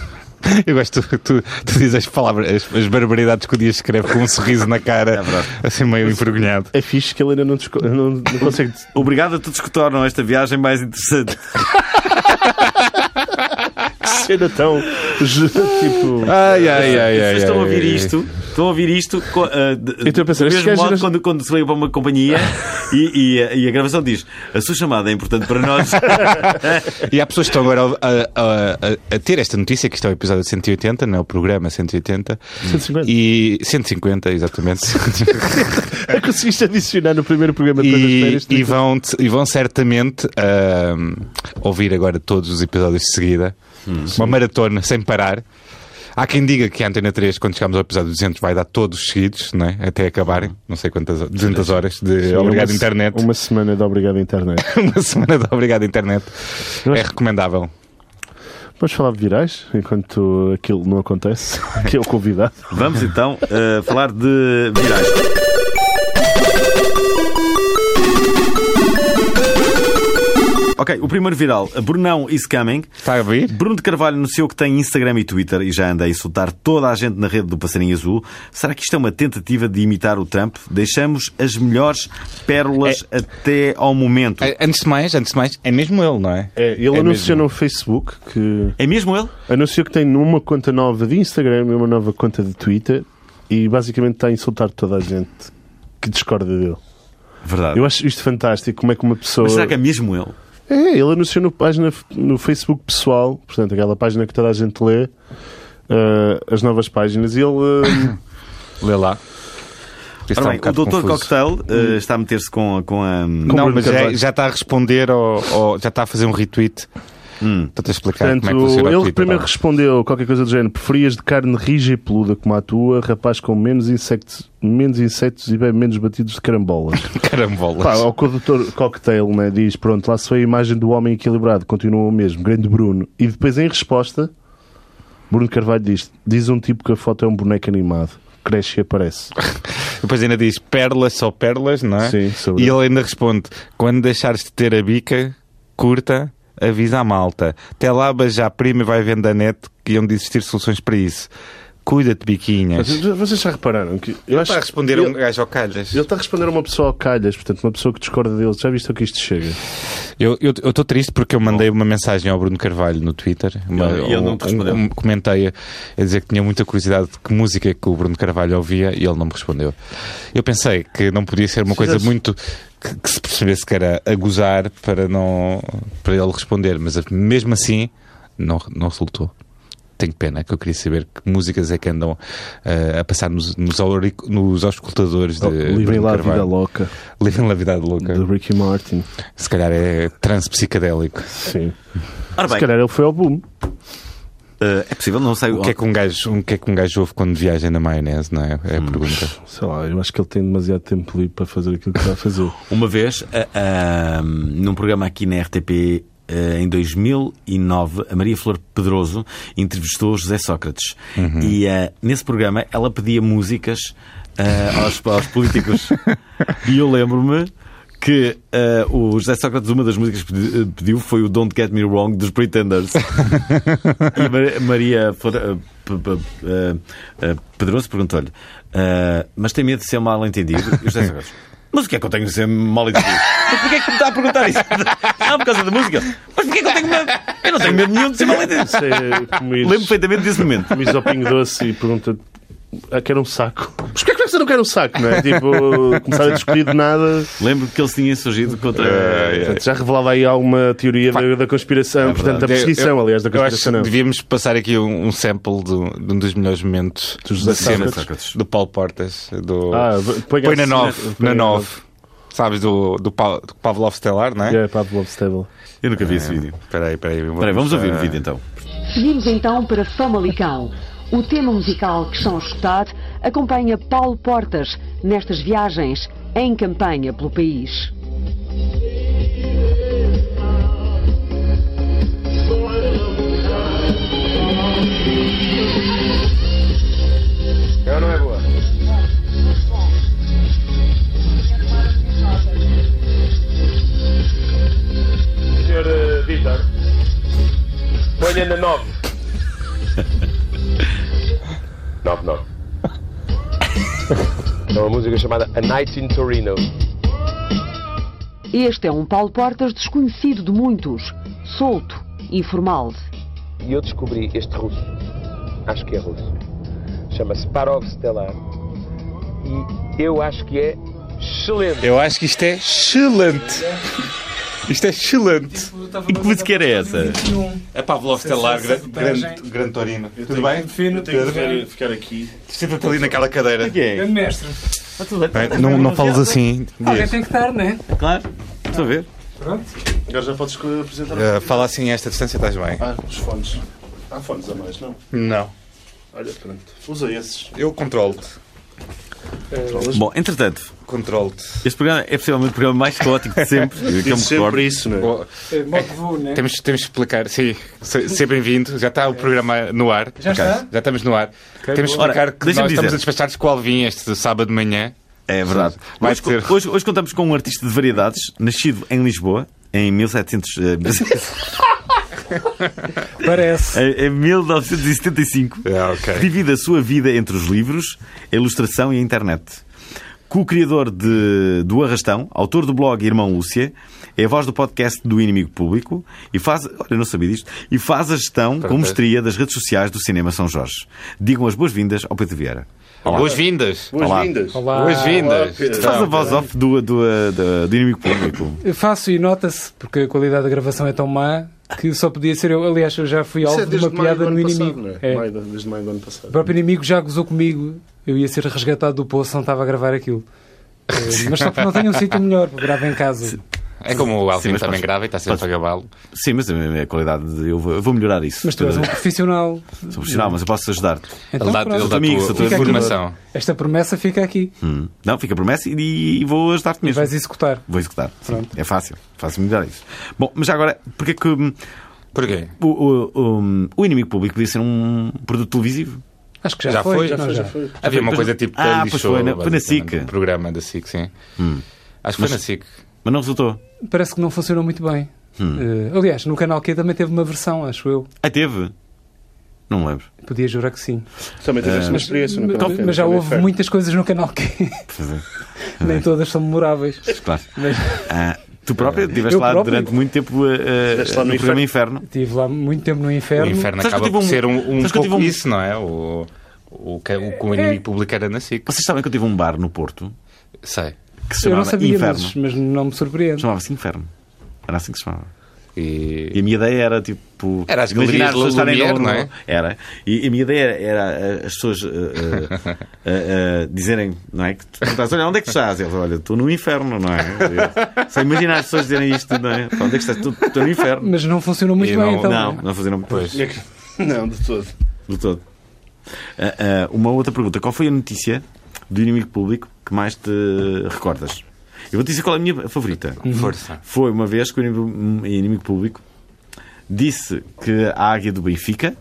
Speaker 4: Eu gosto, tu, tu, tu dizes as palavras, as, as barbaridades que o dia escreve com um sorriso na
Speaker 3: É
Speaker 4: cara, assim meio envergonhado.
Speaker 2: É fixe que ele ainda não, desco- não- <laughs> não consegue.
Speaker 3: Obrigado a todos que tornam esta viagem mais interessante.
Speaker 2: Cena tão. tipo.
Speaker 4: Ai, <laughs> ai, ai, ai.
Speaker 3: Vocês estão a ouvir
Speaker 4: ai, ai.
Speaker 3: isto, estão a ouvir isto co- ah, de-
Speaker 2: Então eu pensei,
Speaker 3: do
Speaker 2: estes
Speaker 3: mesmo
Speaker 2: gajos
Speaker 3: modo
Speaker 2: não-
Speaker 3: quando, quando se veio para uma
Speaker 4: <laughs>
Speaker 3: companhia e, e a- e a gravação diz a sua chamada é importante para
Speaker 4: <laughs>
Speaker 3: nós.
Speaker 4: E há pessoas que estão agora a, a- a- a ter esta notícia, que isto é o episódio 180, não é o programa 180.
Speaker 2: 150.
Speaker 4: E 150, exatamente.
Speaker 2: É que conseguiste adicionar no primeiro programa de todas as
Speaker 4: e,
Speaker 2: férias.
Speaker 4: e vão, e vão certamente ahm, ouvir agora todos os episódios de seguida. Uma maratona sem parar. Há quem diga que a Antena 3, quando chegarmos ao episódio 200, vai dar todos os seguidos, não é? até acabarem, não sei quantas, 200 horas de
Speaker 2: Sim,
Speaker 4: Obrigado
Speaker 2: uma se-
Speaker 4: Internet. <laughs> Uma...
Speaker 2: Uma semana de Obrigado Internet.
Speaker 4: semana de Obrigado Internet.
Speaker 2: Eu
Speaker 4: É
Speaker 2: acho-
Speaker 4: recomendável.
Speaker 2: Vamos falar de virais enquanto aquilo não acontece. <laughs> Que é o convidado.
Speaker 3: Vamos então ah, falar de virais. Ok, o primeiro viral, Brunão is coming.
Speaker 4: Está a vir?
Speaker 3: Bruno de Carvalho anunciou que tem Instagram e Twitter e já anda a insultar toda a gente na rede do Passarinho Azul. Será que isto é uma tentativa de imitar o Trump? Deixamos as melhores pérolas
Speaker 4: É-
Speaker 3: até ao momento. É,
Speaker 4: A- Antes de mais, antes de mais, é mesmo ele, não é?
Speaker 2: É, ele
Speaker 4: É
Speaker 2: anunciou
Speaker 4: mesmo.
Speaker 2: no Facebook que.
Speaker 3: É mesmo ele?
Speaker 2: Anunciou que tem uma conta nova de Instagram e uma nova conta de Twitter e basicamente está a insultar toda a gente que discorda dele.
Speaker 3: Verdade.
Speaker 2: Eu acho isto fantástico, como é que uma pessoa...
Speaker 3: Mas será que é mesmo ele?
Speaker 2: É, ele anunciou no, página, no Facebook pessoal, portanto, aquela página que toda a gente lê, eh, as novas páginas, e ele...
Speaker 4: <coughs>
Speaker 2: eh,
Speaker 4: Lê lá. Isto
Speaker 3: Ora
Speaker 4: está um
Speaker 3: bem, o
Speaker 4: bocado
Speaker 3: Doutor
Speaker 4: confuso. Hum.
Speaker 3: Cocktail eh, está a meter-se com, a- com a.
Speaker 4: Não,
Speaker 2: Bruno
Speaker 4: mas já,
Speaker 2: Carvalho.
Speaker 4: já está a responder ao, ao- já está a fazer um retweet.
Speaker 3: Hum.
Speaker 4: Estou-te a explicar
Speaker 2: portanto,
Speaker 4: como é que funciona o
Speaker 2: ele
Speaker 4: Twitter.
Speaker 2: primeiro
Speaker 4: Tá
Speaker 2: respondeu qualquer coisa do género, preferias de carne rija e peluda como a tua, rapaz com menos insectos, menos insetos e bem menos batidos de carambolas.
Speaker 4: bem. Carambolas.
Speaker 2: Pá, o condutor Cocktail né, diz: Pronto, lá se foi a imagem do homem equilibrado, continua o mesmo, grande Bruno. E depois, em resposta, Bruno Carvalho diz: Diz um tipo que a foto é um boneco animado, cresce e aparece.
Speaker 4: <laughs> Depois ainda diz pérolas, só pérolas, não é?
Speaker 2: Sim, sobre-
Speaker 4: E ele ainda responde: quando deixares de ter a bica, curta, avisa a malta. Até lá, já prima e vai vendo a net que iam de existir soluções para isso. Cuida-te, biquinhas.
Speaker 2: Vocês, vocês já repararam que. Eu acho
Speaker 4: Está a responder a um
Speaker 2: ele,
Speaker 4: gajo ao calhas.
Speaker 2: ele está a responder a uma pessoa ao calhas, portanto, uma pessoa que discorda dele. Já viste o que isto chega?
Speaker 4: Eu eu- eu estou triste porque eu mandei uma mensagem ao Bruno Carvalho no Twitter. Uma,
Speaker 3: ele não te respondeu.
Speaker 4: comentei a dizer que tinha muita curiosidade de que música que o Bruno Carvalho ouvia e ele não me respondeu. Eu pensei que não podia ser uma coisa
Speaker 2: Fizeste-
Speaker 4: muito que, que se percebesse que era a gozar para, não, para ele responder, mas mesmo assim não, não resultou. Tenho pena, que eu queria saber que músicas é que andam eh, a passar nos, nos, auric- nos auscultadores de
Speaker 2: Livem
Speaker 4: Bruno
Speaker 2: lá a Oh, vida
Speaker 4: Carvalho.
Speaker 2: louca,
Speaker 4: Livem lá a vida louca.
Speaker 2: do Ricky Martin.
Speaker 4: Se calhar é trans psicadélico.
Speaker 2: Sim.
Speaker 4: Tá
Speaker 3: Ora
Speaker 2: Se
Speaker 3: bem,
Speaker 2: calhar ele foi ao boom.
Speaker 3: eh, é possível, não sei.
Speaker 4: O que, é que um gajo, o que é que um gajo ouve quando viaja na maionese, não é? É a pergunta.
Speaker 2: Sei lá, eu acho que ele tem demasiado tempo livre para fazer aquilo que está a <laughs> fazer.
Speaker 3: Uma vez, a- a- num programa aqui na RTP, eh, em 2009, a Maria Flor Pedroso entrevistou o José Sócrates. E eh, nesse programa ela pedia músicas eh, aos, aos políticos. e eu lembro-me que eh, o José Sócrates, uma das músicas que pedi- eh, pediu foi o Don't Get Me Wrong dos Pretenders. E a Mar- Maria Flor- eh, P- P- eh, eh, Pedroso perguntou-lhe: eh, Mas tem medo de ser mal entendido? E o José Sócrates: Mas o que é que eu tenho de ser mole de ti? Mas porquê é que me está a perguntar isso? <laughs> Não, por causa da música. Mas porquê é que eu tenho medo? Eu não tenho medo nenhum de ser mole de ti.
Speaker 2: Sei, comes,
Speaker 3: Lembro perfeitamente desse momento.
Speaker 2: comes ao pingo doce e pergunta-te. Ah, quero um saco. Mas porquê que você não quer um saco, não é? Tipo, começar a discutir de nada.
Speaker 3: Lembro que eles tinham surgido contra.
Speaker 2: Portanto, já revelava aí alguma teoria da, da conspiração, portanto, da perseguição,
Speaker 4: É Eu-
Speaker 2: aliás, da
Speaker 4: eu acho que
Speaker 2: conspiração não.
Speaker 4: Devíamos passar aqui um, um sample do- de um dos melhores momentos
Speaker 2: Dos
Speaker 4: de
Speaker 2: Sócrates.
Speaker 4: do Paulo Portas. Do...
Speaker 2: um Ah, v- põe
Speaker 4: assim. Põe na
Speaker 2: esse-
Speaker 4: 9,
Speaker 2: põe
Speaker 4: na
Speaker 2: a
Speaker 4: 9. Sabes, do, do, Pa- do Pavlov Stellar, não é?
Speaker 2: Yeah, Pablo Stable.
Speaker 3: Eu nunca vi esse vídeo.
Speaker 4: Espera aí, espera aí.
Speaker 3: Espera aí, vamos ouvir o vídeo então.
Speaker 5: Seguimos então para Famalicão. O tema musical que estão a escutar acompanha Paulo Portas nestas viagens em campanha pelo país.
Speaker 6: Senhor eh, Vitor, ponha na 9. 9, 9. É uma música chamada A Night in Torino.
Speaker 5: Este é um Paulo Portas desconhecido de muitos, solto, informal.
Speaker 6: E eu descobri este russo. Acho que é russo. Chama-se Parov Stellar. E eu acho que é excelente.
Speaker 4: Eu acho que isto é excelente. Isto é excelente.
Speaker 3: E que música era essa?
Speaker 4: É Pavlov Stellar, grande, grande, grande Torino. Tudo bem?
Speaker 7: Defino, tenho que é?
Speaker 2: ficar aqui.
Speaker 4: Senta-te ali naquela cadeira.
Speaker 7: Grande mestre.
Speaker 4: Não, é? não falas assim.
Speaker 7: Alguém tem que estar, não
Speaker 1: né?
Speaker 7: é?
Speaker 3: Claro. Estás a ver?
Speaker 7: Pronto.
Speaker 2: Agora já podes apresentar
Speaker 4: Eh, fala assim a esta distância, estás bem?
Speaker 2: ah, os fones. Há fones a mais, não?
Speaker 4: Não.
Speaker 2: Olha, pronto. Usa esses.
Speaker 4: Eu controlo-te.
Speaker 3: Bom, entretanto,
Speaker 4: Controlo-te.
Speaker 3: este programa é possivelmente o programa mais caótico de
Speaker 2: <laughs>
Speaker 3: sempre. que eu me recordo.
Speaker 2: sempre isso, não é?
Speaker 7: É, modo voo, não é?
Speaker 4: Temos, temos que explicar, sim, se, seja bem-vindo, já está o programa no ar.
Speaker 7: Já está?
Speaker 4: Já estamos no ar. temos que
Speaker 3: boa.
Speaker 4: explicar
Speaker 3: Ora,
Speaker 4: que nós
Speaker 3: deixa-me
Speaker 4: estamos
Speaker 3: dizer.
Speaker 4: a despachar-se com o Alvin este sábado de manhã.
Speaker 3: É verdade.
Speaker 4: Vai
Speaker 3: Hoje, co-
Speaker 4: ter.
Speaker 3: hoje, hoje contamos com um artista de variedades, nascido em Lisboa, em 1700. eh, <laughs>
Speaker 7: Parece.
Speaker 3: em 1975.
Speaker 4: Ah, ok.
Speaker 3: Divide a sua vida entre os livros, a ilustração e a internet. Co-criador de, do Arrastão, autor do blog Irmão Lúcia, é a voz do podcast do Inimigo Público e faz, olha, eu não sabia disto, e faz a gestão com mestria das redes sociais do Cinema São Jorge. Digam as boas-vindas ao Pedro Vieira.
Speaker 4: Boas-vindas.
Speaker 2: Boas-vindas.
Speaker 4: Boas-vindas. Então,
Speaker 2: Olá,
Speaker 3: Tu faz a voz off do, do, do, do Inimigo Público.
Speaker 7: Eu faço e nota-se, porque a qualidade da gravação é tão má que só podia ser eu. Aliás, eu já fui
Speaker 2: Isso
Speaker 7: alvo
Speaker 2: é
Speaker 7: de
Speaker 2: desde
Speaker 7: uma
Speaker 2: maio do
Speaker 7: piada
Speaker 2: ano
Speaker 7: no
Speaker 2: passado,
Speaker 7: inimigo.
Speaker 2: não é?
Speaker 7: É.
Speaker 2: Maio do- Desde maio do ano passado.
Speaker 7: O próprio inimigo já gozou comigo. Eu ia ser resgatado do poço, não estava a gravar aquilo. Eh, Mas só porque não tenho um sítio melhor, porque gravo em casa.
Speaker 4: É como o
Speaker 3: Sim,
Speaker 4: Alvin
Speaker 3: mas
Speaker 4: também
Speaker 3: podes-
Speaker 4: grava e está sempre a gabá-lo.
Speaker 3: Sim, mas a minha qualidade, de- eu vou, eu vou melhorar isso.
Speaker 7: Mas tu és um profissional.
Speaker 3: Sou profissional, mas eu posso ajudar-te.
Speaker 7: Então,
Speaker 4: Ele dá,
Speaker 7: pronto.
Speaker 4: ele dá
Speaker 3: Amigos,
Speaker 4: a
Speaker 3: a
Speaker 4: tua
Speaker 7: tua
Speaker 4: informação.
Speaker 7: Esta promessa fica aqui.
Speaker 3: Hum. Não, fica a promessa e, e vou ajudar-te mesmo.
Speaker 7: Vais executar.
Speaker 3: Vou executar. Sim, É fácil. Faço melhor isso. Bom, mas já agora, porque é que hum,
Speaker 4: Porquê?
Speaker 3: o, o, um, o inimigo público podia ser um produto televisivo?
Speaker 7: Acho que já,
Speaker 4: Já foi,
Speaker 7: foi.
Speaker 4: já
Speaker 7: não,
Speaker 4: foi,
Speaker 7: já.
Speaker 4: Havia uma
Speaker 3: Mas-
Speaker 4: coisa tipo
Speaker 3: Ah,
Speaker 4: Candy
Speaker 3: pois
Speaker 4: Show,
Speaker 3: foi, na- foi na
Speaker 4: basicamente,
Speaker 3: SIC. Hum.
Speaker 4: Um programa da SIC, sim. Acho que foi na SIC.
Speaker 3: Mas não resultou.
Speaker 7: Parece que não funcionou muito bem. Eh, aliás, no canal Q também teve uma versão, acho eu.
Speaker 3: Ah, teve? Não me lembro.
Speaker 7: Podia jurar que sim.
Speaker 2: Também
Speaker 4: É.
Speaker 2: tiveste uma experiência é? no canal.
Speaker 7: Mas, mas já houve muitas coisas no canal Q. <laughs> Nem todas são memoráveis.
Speaker 3: Claro.
Speaker 7: <laughs> Mas
Speaker 3: Ah, tu próprio estiveste
Speaker 7: Eu
Speaker 3: lá
Speaker 7: próprio?
Speaker 3: durante muito tempo ah, ah,
Speaker 2: lá
Speaker 3: no,
Speaker 2: no
Speaker 3: programa Inferno.
Speaker 7: estive lá muito tempo no inferno.
Speaker 4: O inferno
Speaker 3: Sabes que eu
Speaker 4: acaba
Speaker 3: tive
Speaker 4: por
Speaker 3: um-
Speaker 4: ser um, um
Speaker 3: sabes que eu tive
Speaker 4: pouco
Speaker 3: um- É.
Speaker 4: isso, não é? O, o, que o, que o inimigo público era na SIC.
Speaker 3: Vocês sabem que eu tive um bar no Porto
Speaker 4: Sei.
Speaker 3: que se
Speaker 7: Eu
Speaker 3: chamava
Speaker 7: não sabia,
Speaker 3: Inferno.
Speaker 7: mas, mas não me surpreende.
Speaker 3: Chamava-se Inferno. Era assim que se chamava.
Speaker 4: E-
Speaker 3: E a minha ideia era tipo.
Speaker 4: Era as
Speaker 3: imaginar
Speaker 4: galerias de
Speaker 3: pessoas estarem
Speaker 4: Lumière,
Speaker 3: no-
Speaker 4: não é?
Speaker 3: Era. E e a minha ideia era, era, eh, as pessoas eh, eh, eh, eh, dizerem, não é? Que tu perguntas, olha, onde é que estás? E eles, olha, estou no inferno, não é? Só imaginar as pessoas dizerem isto, não é? Pá, Onde é que estás? Estou- Estou no inferno.
Speaker 7: Mas não funcionou muito
Speaker 4: E
Speaker 7: bem,
Speaker 4: não-
Speaker 7: então.
Speaker 3: Não, não faziam
Speaker 4: Pois.
Speaker 3: depois
Speaker 2: <laughs> Não, de todo.
Speaker 3: do todo. Ah, ah, uma outra pergunta. Qual foi a notícia do inimigo público que mais te recordas? Eu vou te dizer qual é a minha favorita.
Speaker 2: Uhum.
Speaker 4: Força.
Speaker 3: Foi uma vez um que o inimigo, inimigo público disse que a águia do Benfica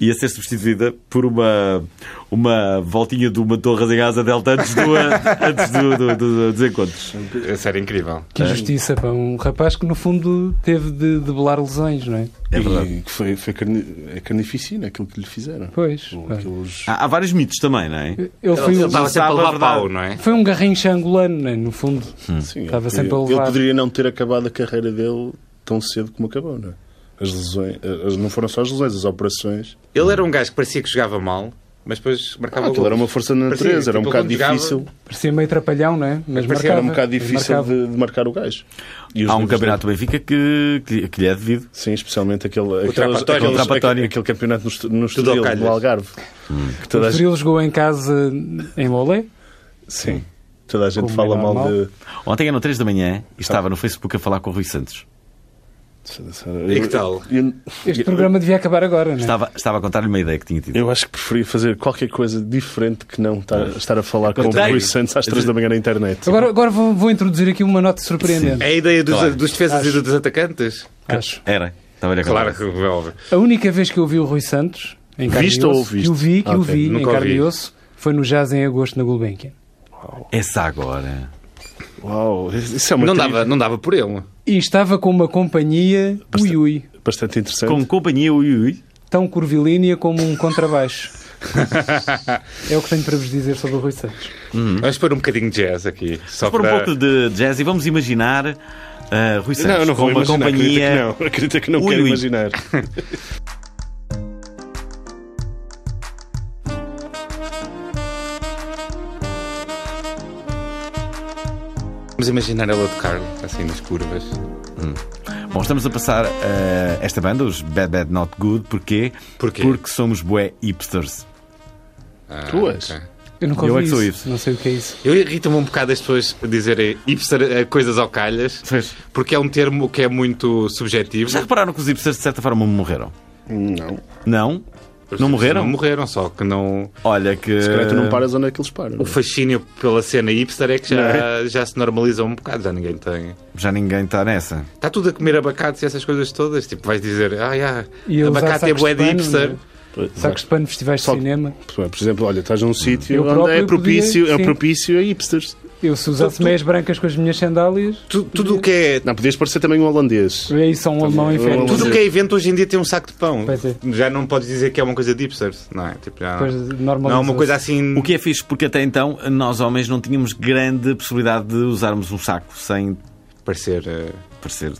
Speaker 3: ia ser substituída por uma, uma voltinha de uma torre em Gaza Delta antes,
Speaker 2: <laughs>
Speaker 3: do, antes do, do- do- dos encontros.
Speaker 4: Isso era incrível.
Speaker 7: Que injustiça para um rapaz que, no fundo, teve de debelar lesões, não é?
Speaker 3: É verdade.
Speaker 2: E que foi, foi carni- é carnificina aquilo que lhe fizeram.
Speaker 7: Pois.
Speaker 2: Com
Speaker 7: pá.
Speaker 2: aqueles-
Speaker 3: Há, há vários mitos também, não é?
Speaker 7: Ele foi
Speaker 4: Ele
Speaker 7: um,
Speaker 4: estava sempre a levar pau, não é?
Speaker 7: foi um garrincha angolano, não é? no fundo.
Speaker 4: Hum.
Speaker 2: Sim,
Speaker 7: Estava
Speaker 2: ele,
Speaker 7: sempre a
Speaker 2: poderia-
Speaker 7: levar.
Speaker 2: ele poderia não ter acabado a carreira dele tão cedo como acabou, não é? As lesões, as- não foram só as lesões, as operações.
Speaker 4: Ele era um gajo que parecia que jogava mal, mas depois marcava
Speaker 2: Ah,
Speaker 4: gols.
Speaker 2: aquilo era uma força da
Speaker 4: Parecia,
Speaker 2: natureza, era um
Speaker 4: tipo,
Speaker 2: bocado
Speaker 4: quando jogava-
Speaker 2: difícil.
Speaker 7: Parecia meio trapalhão, não é? Mas
Speaker 4: Parecia-
Speaker 2: Era um
Speaker 7: marcava,
Speaker 2: bocado
Speaker 7: mas
Speaker 2: difícil
Speaker 7: marcava.
Speaker 2: de, de marcar o gajo. E os
Speaker 3: Há um
Speaker 2: livros
Speaker 3: campeonato benfica que, que, que lhe é devido.
Speaker 2: dele- Sim, especialmente aquele, aqueles,
Speaker 4: Trapatónio,
Speaker 2: aqueles,
Speaker 3: o Trapatónio.
Speaker 2: aquele, aquele campeonato no, estu- no
Speaker 4: Tudo ao
Speaker 2: Estoril,
Speaker 4: calhas. Hum.
Speaker 2: do Algarve. Que
Speaker 7: O
Speaker 2: toda a, gente-
Speaker 7: Estoril jogou em casa em Lolé.
Speaker 2: sim, toda a gente
Speaker 7: Como é
Speaker 2: fala mal
Speaker 7: normal.
Speaker 2: de...
Speaker 3: Ontem eram 3 da manhã e
Speaker 2: Tá.
Speaker 3: estava no Facebook a falar com o Rui Santos.
Speaker 4: E que tal?
Speaker 2: Eu,
Speaker 7: Este programa devia acabar agora, não é?
Speaker 3: Estava, estava a contar-lhe uma ideia que tinha tido.
Speaker 2: eu acho que preferia fazer qualquer coisa diferente que não estar, estar a falar com o
Speaker 3: Contei.
Speaker 2: Rui Santos às 3 da manhã na internet.
Speaker 7: Agora, agora vou, vou introduzir aqui uma nota surpreendente,
Speaker 4: É a ideia dos,
Speaker 3: Claro. É
Speaker 4: dos defesas e dos atacantes?
Speaker 7: acho.
Speaker 3: Era. Estava-lhe a contar.
Speaker 4: Claro que óbvio.
Speaker 7: A única vez que eu vi o Rui Santos, em carne
Speaker 2: Viste
Speaker 7: e
Speaker 2: ou
Speaker 7: osso,
Speaker 2: ouviste?
Speaker 7: que eu vi, que
Speaker 2: Ah,
Speaker 7: eu
Speaker 2: ok.
Speaker 7: vi, em
Speaker 4: Nunca
Speaker 7: carne
Speaker 4: ouvi.
Speaker 7: e osso, foi no Jazz em agosto na Gulbenkian.
Speaker 3: Essa É agora.
Speaker 2: Uau, isso é uma
Speaker 4: Não
Speaker 2: tri-
Speaker 4: dava, não dava por ele.
Speaker 7: E estava com uma companhia ui ui,
Speaker 2: bastante interessante.
Speaker 3: Com companhia ui, ui.
Speaker 7: tão curvilínea como um contrabaixo. é o que tenho para vos dizer sobre o Rui Santos.
Speaker 4: Vamos pôr um bocadinho de jazz aqui. Só
Speaker 3: Vamos pôr um
Speaker 4: para-
Speaker 3: pouco de jazz e vamos imaginar ah, Rui Santos
Speaker 2: Não, eu não
Speaker 3: com
Speaker 2: vou
Speaker 3: uma
Speaker 2: imaginar,
Speaker 3: companhia.
Speaker 2: acredita que não, <laughs> acredita que não
Speaker 3: Ui,
Speaker 2: quero
Speaker 3: ui.
Speaker 2: imaginar.
Speaker 4: Vamos imaginar ele a tocar, assim nas curvas.
Speaker 3: Bom, estamos a passar eh, esta banda, os Bad Bad Not Good, porquê?
Speaker 4: Porquê?
Speaker 3: Porque somos bué hipsters.
Speaker 4: Ah,
Speaker 2: Tu és?
Speaker 4: ok.
Speaker 7: Eu nunca
Speaker 3: Eu
Speaker 7: ouvi
Speaker 3: é que sou
Speaker 7: isso.
Speaker 3: isso.
Speaker 7: Não sei o que é isso.
Speaker 4: Eu irrito-me um bocado as pessoas dizerem hipster eh, coisas ao calhas,
Speaker 3: Pois.
Speaker 4: porque é um termo que é muito subjetivo.
Speaker 3: Já repararam que os hipsters de certa forma morreram?
Speaker 2: Não.
Speaker 3: Não? Não morreram?
Speaker 4: Não morreram, só que não.
Speaker 3: Olha que.
Speaker 2: Se calhar tu não paras onde é que eles param.
Speaker 4: O fascínio pela cena hipster é que já, <laughs> já se normaliza um bocado, já ninguém tem.
Speaker 3: Já ninguém está nessa.
Speaker 4: Está tudo a comer abacates e essas coisas todas. Tipo, vais dizer, ah, já,
Speaker 7: E a usar
Speaker 4: abacate é
Speaker 7: sacos
Speaker 4: bué
Speaker 7: de
Speaker 4: de
Speaker 7: pano,
Speaker 4: hipster.
Speaker 7: não é? Sacos de pano, festivais de
Speaker 2: Só-
Speaker 7: cinema.
Speaker 2: Por exemplo, olha, estás
Speaker 3: Hum.
Speaker 2: num sítio
Speaker 7: Eu
Speaker 2: onde é
Speaker 7: próprio
Speaker 2: propício,
Speaker 7: podia-
Speaker 2: é
Speaker 7: sim.
Speaker 2: propício a hipsters.
Speaker 7: Eu se usasse meias brancas com as minhas sandálias,
Speaker 4: Tu- tudo o que é.
Speaker 2: Não, podias parecer também um
Speaker 7: <laughs>
Speaker 2: holandês.
Speaker 7: é isso um alemão em férias.
Speaker 4: Tudo o que é evento hoje em dia tem um saco de pão.
Speaker 7: Pois é.
Speaker 4: Já não podes dizer que é uma coisa de hipsters, não é? Tipo, já
Speaker 7: Pois,
Speaker 4: não é uma
Speaker 7: normalizou-se.
Speaker 4: coisa assim.
Speaker 3: O que é fixe, porque até então nós homens não tínhamos grande possibilidade de usarmos um saco sem
Speaker 4: Parecer. eh,
Speaker 3: parecer,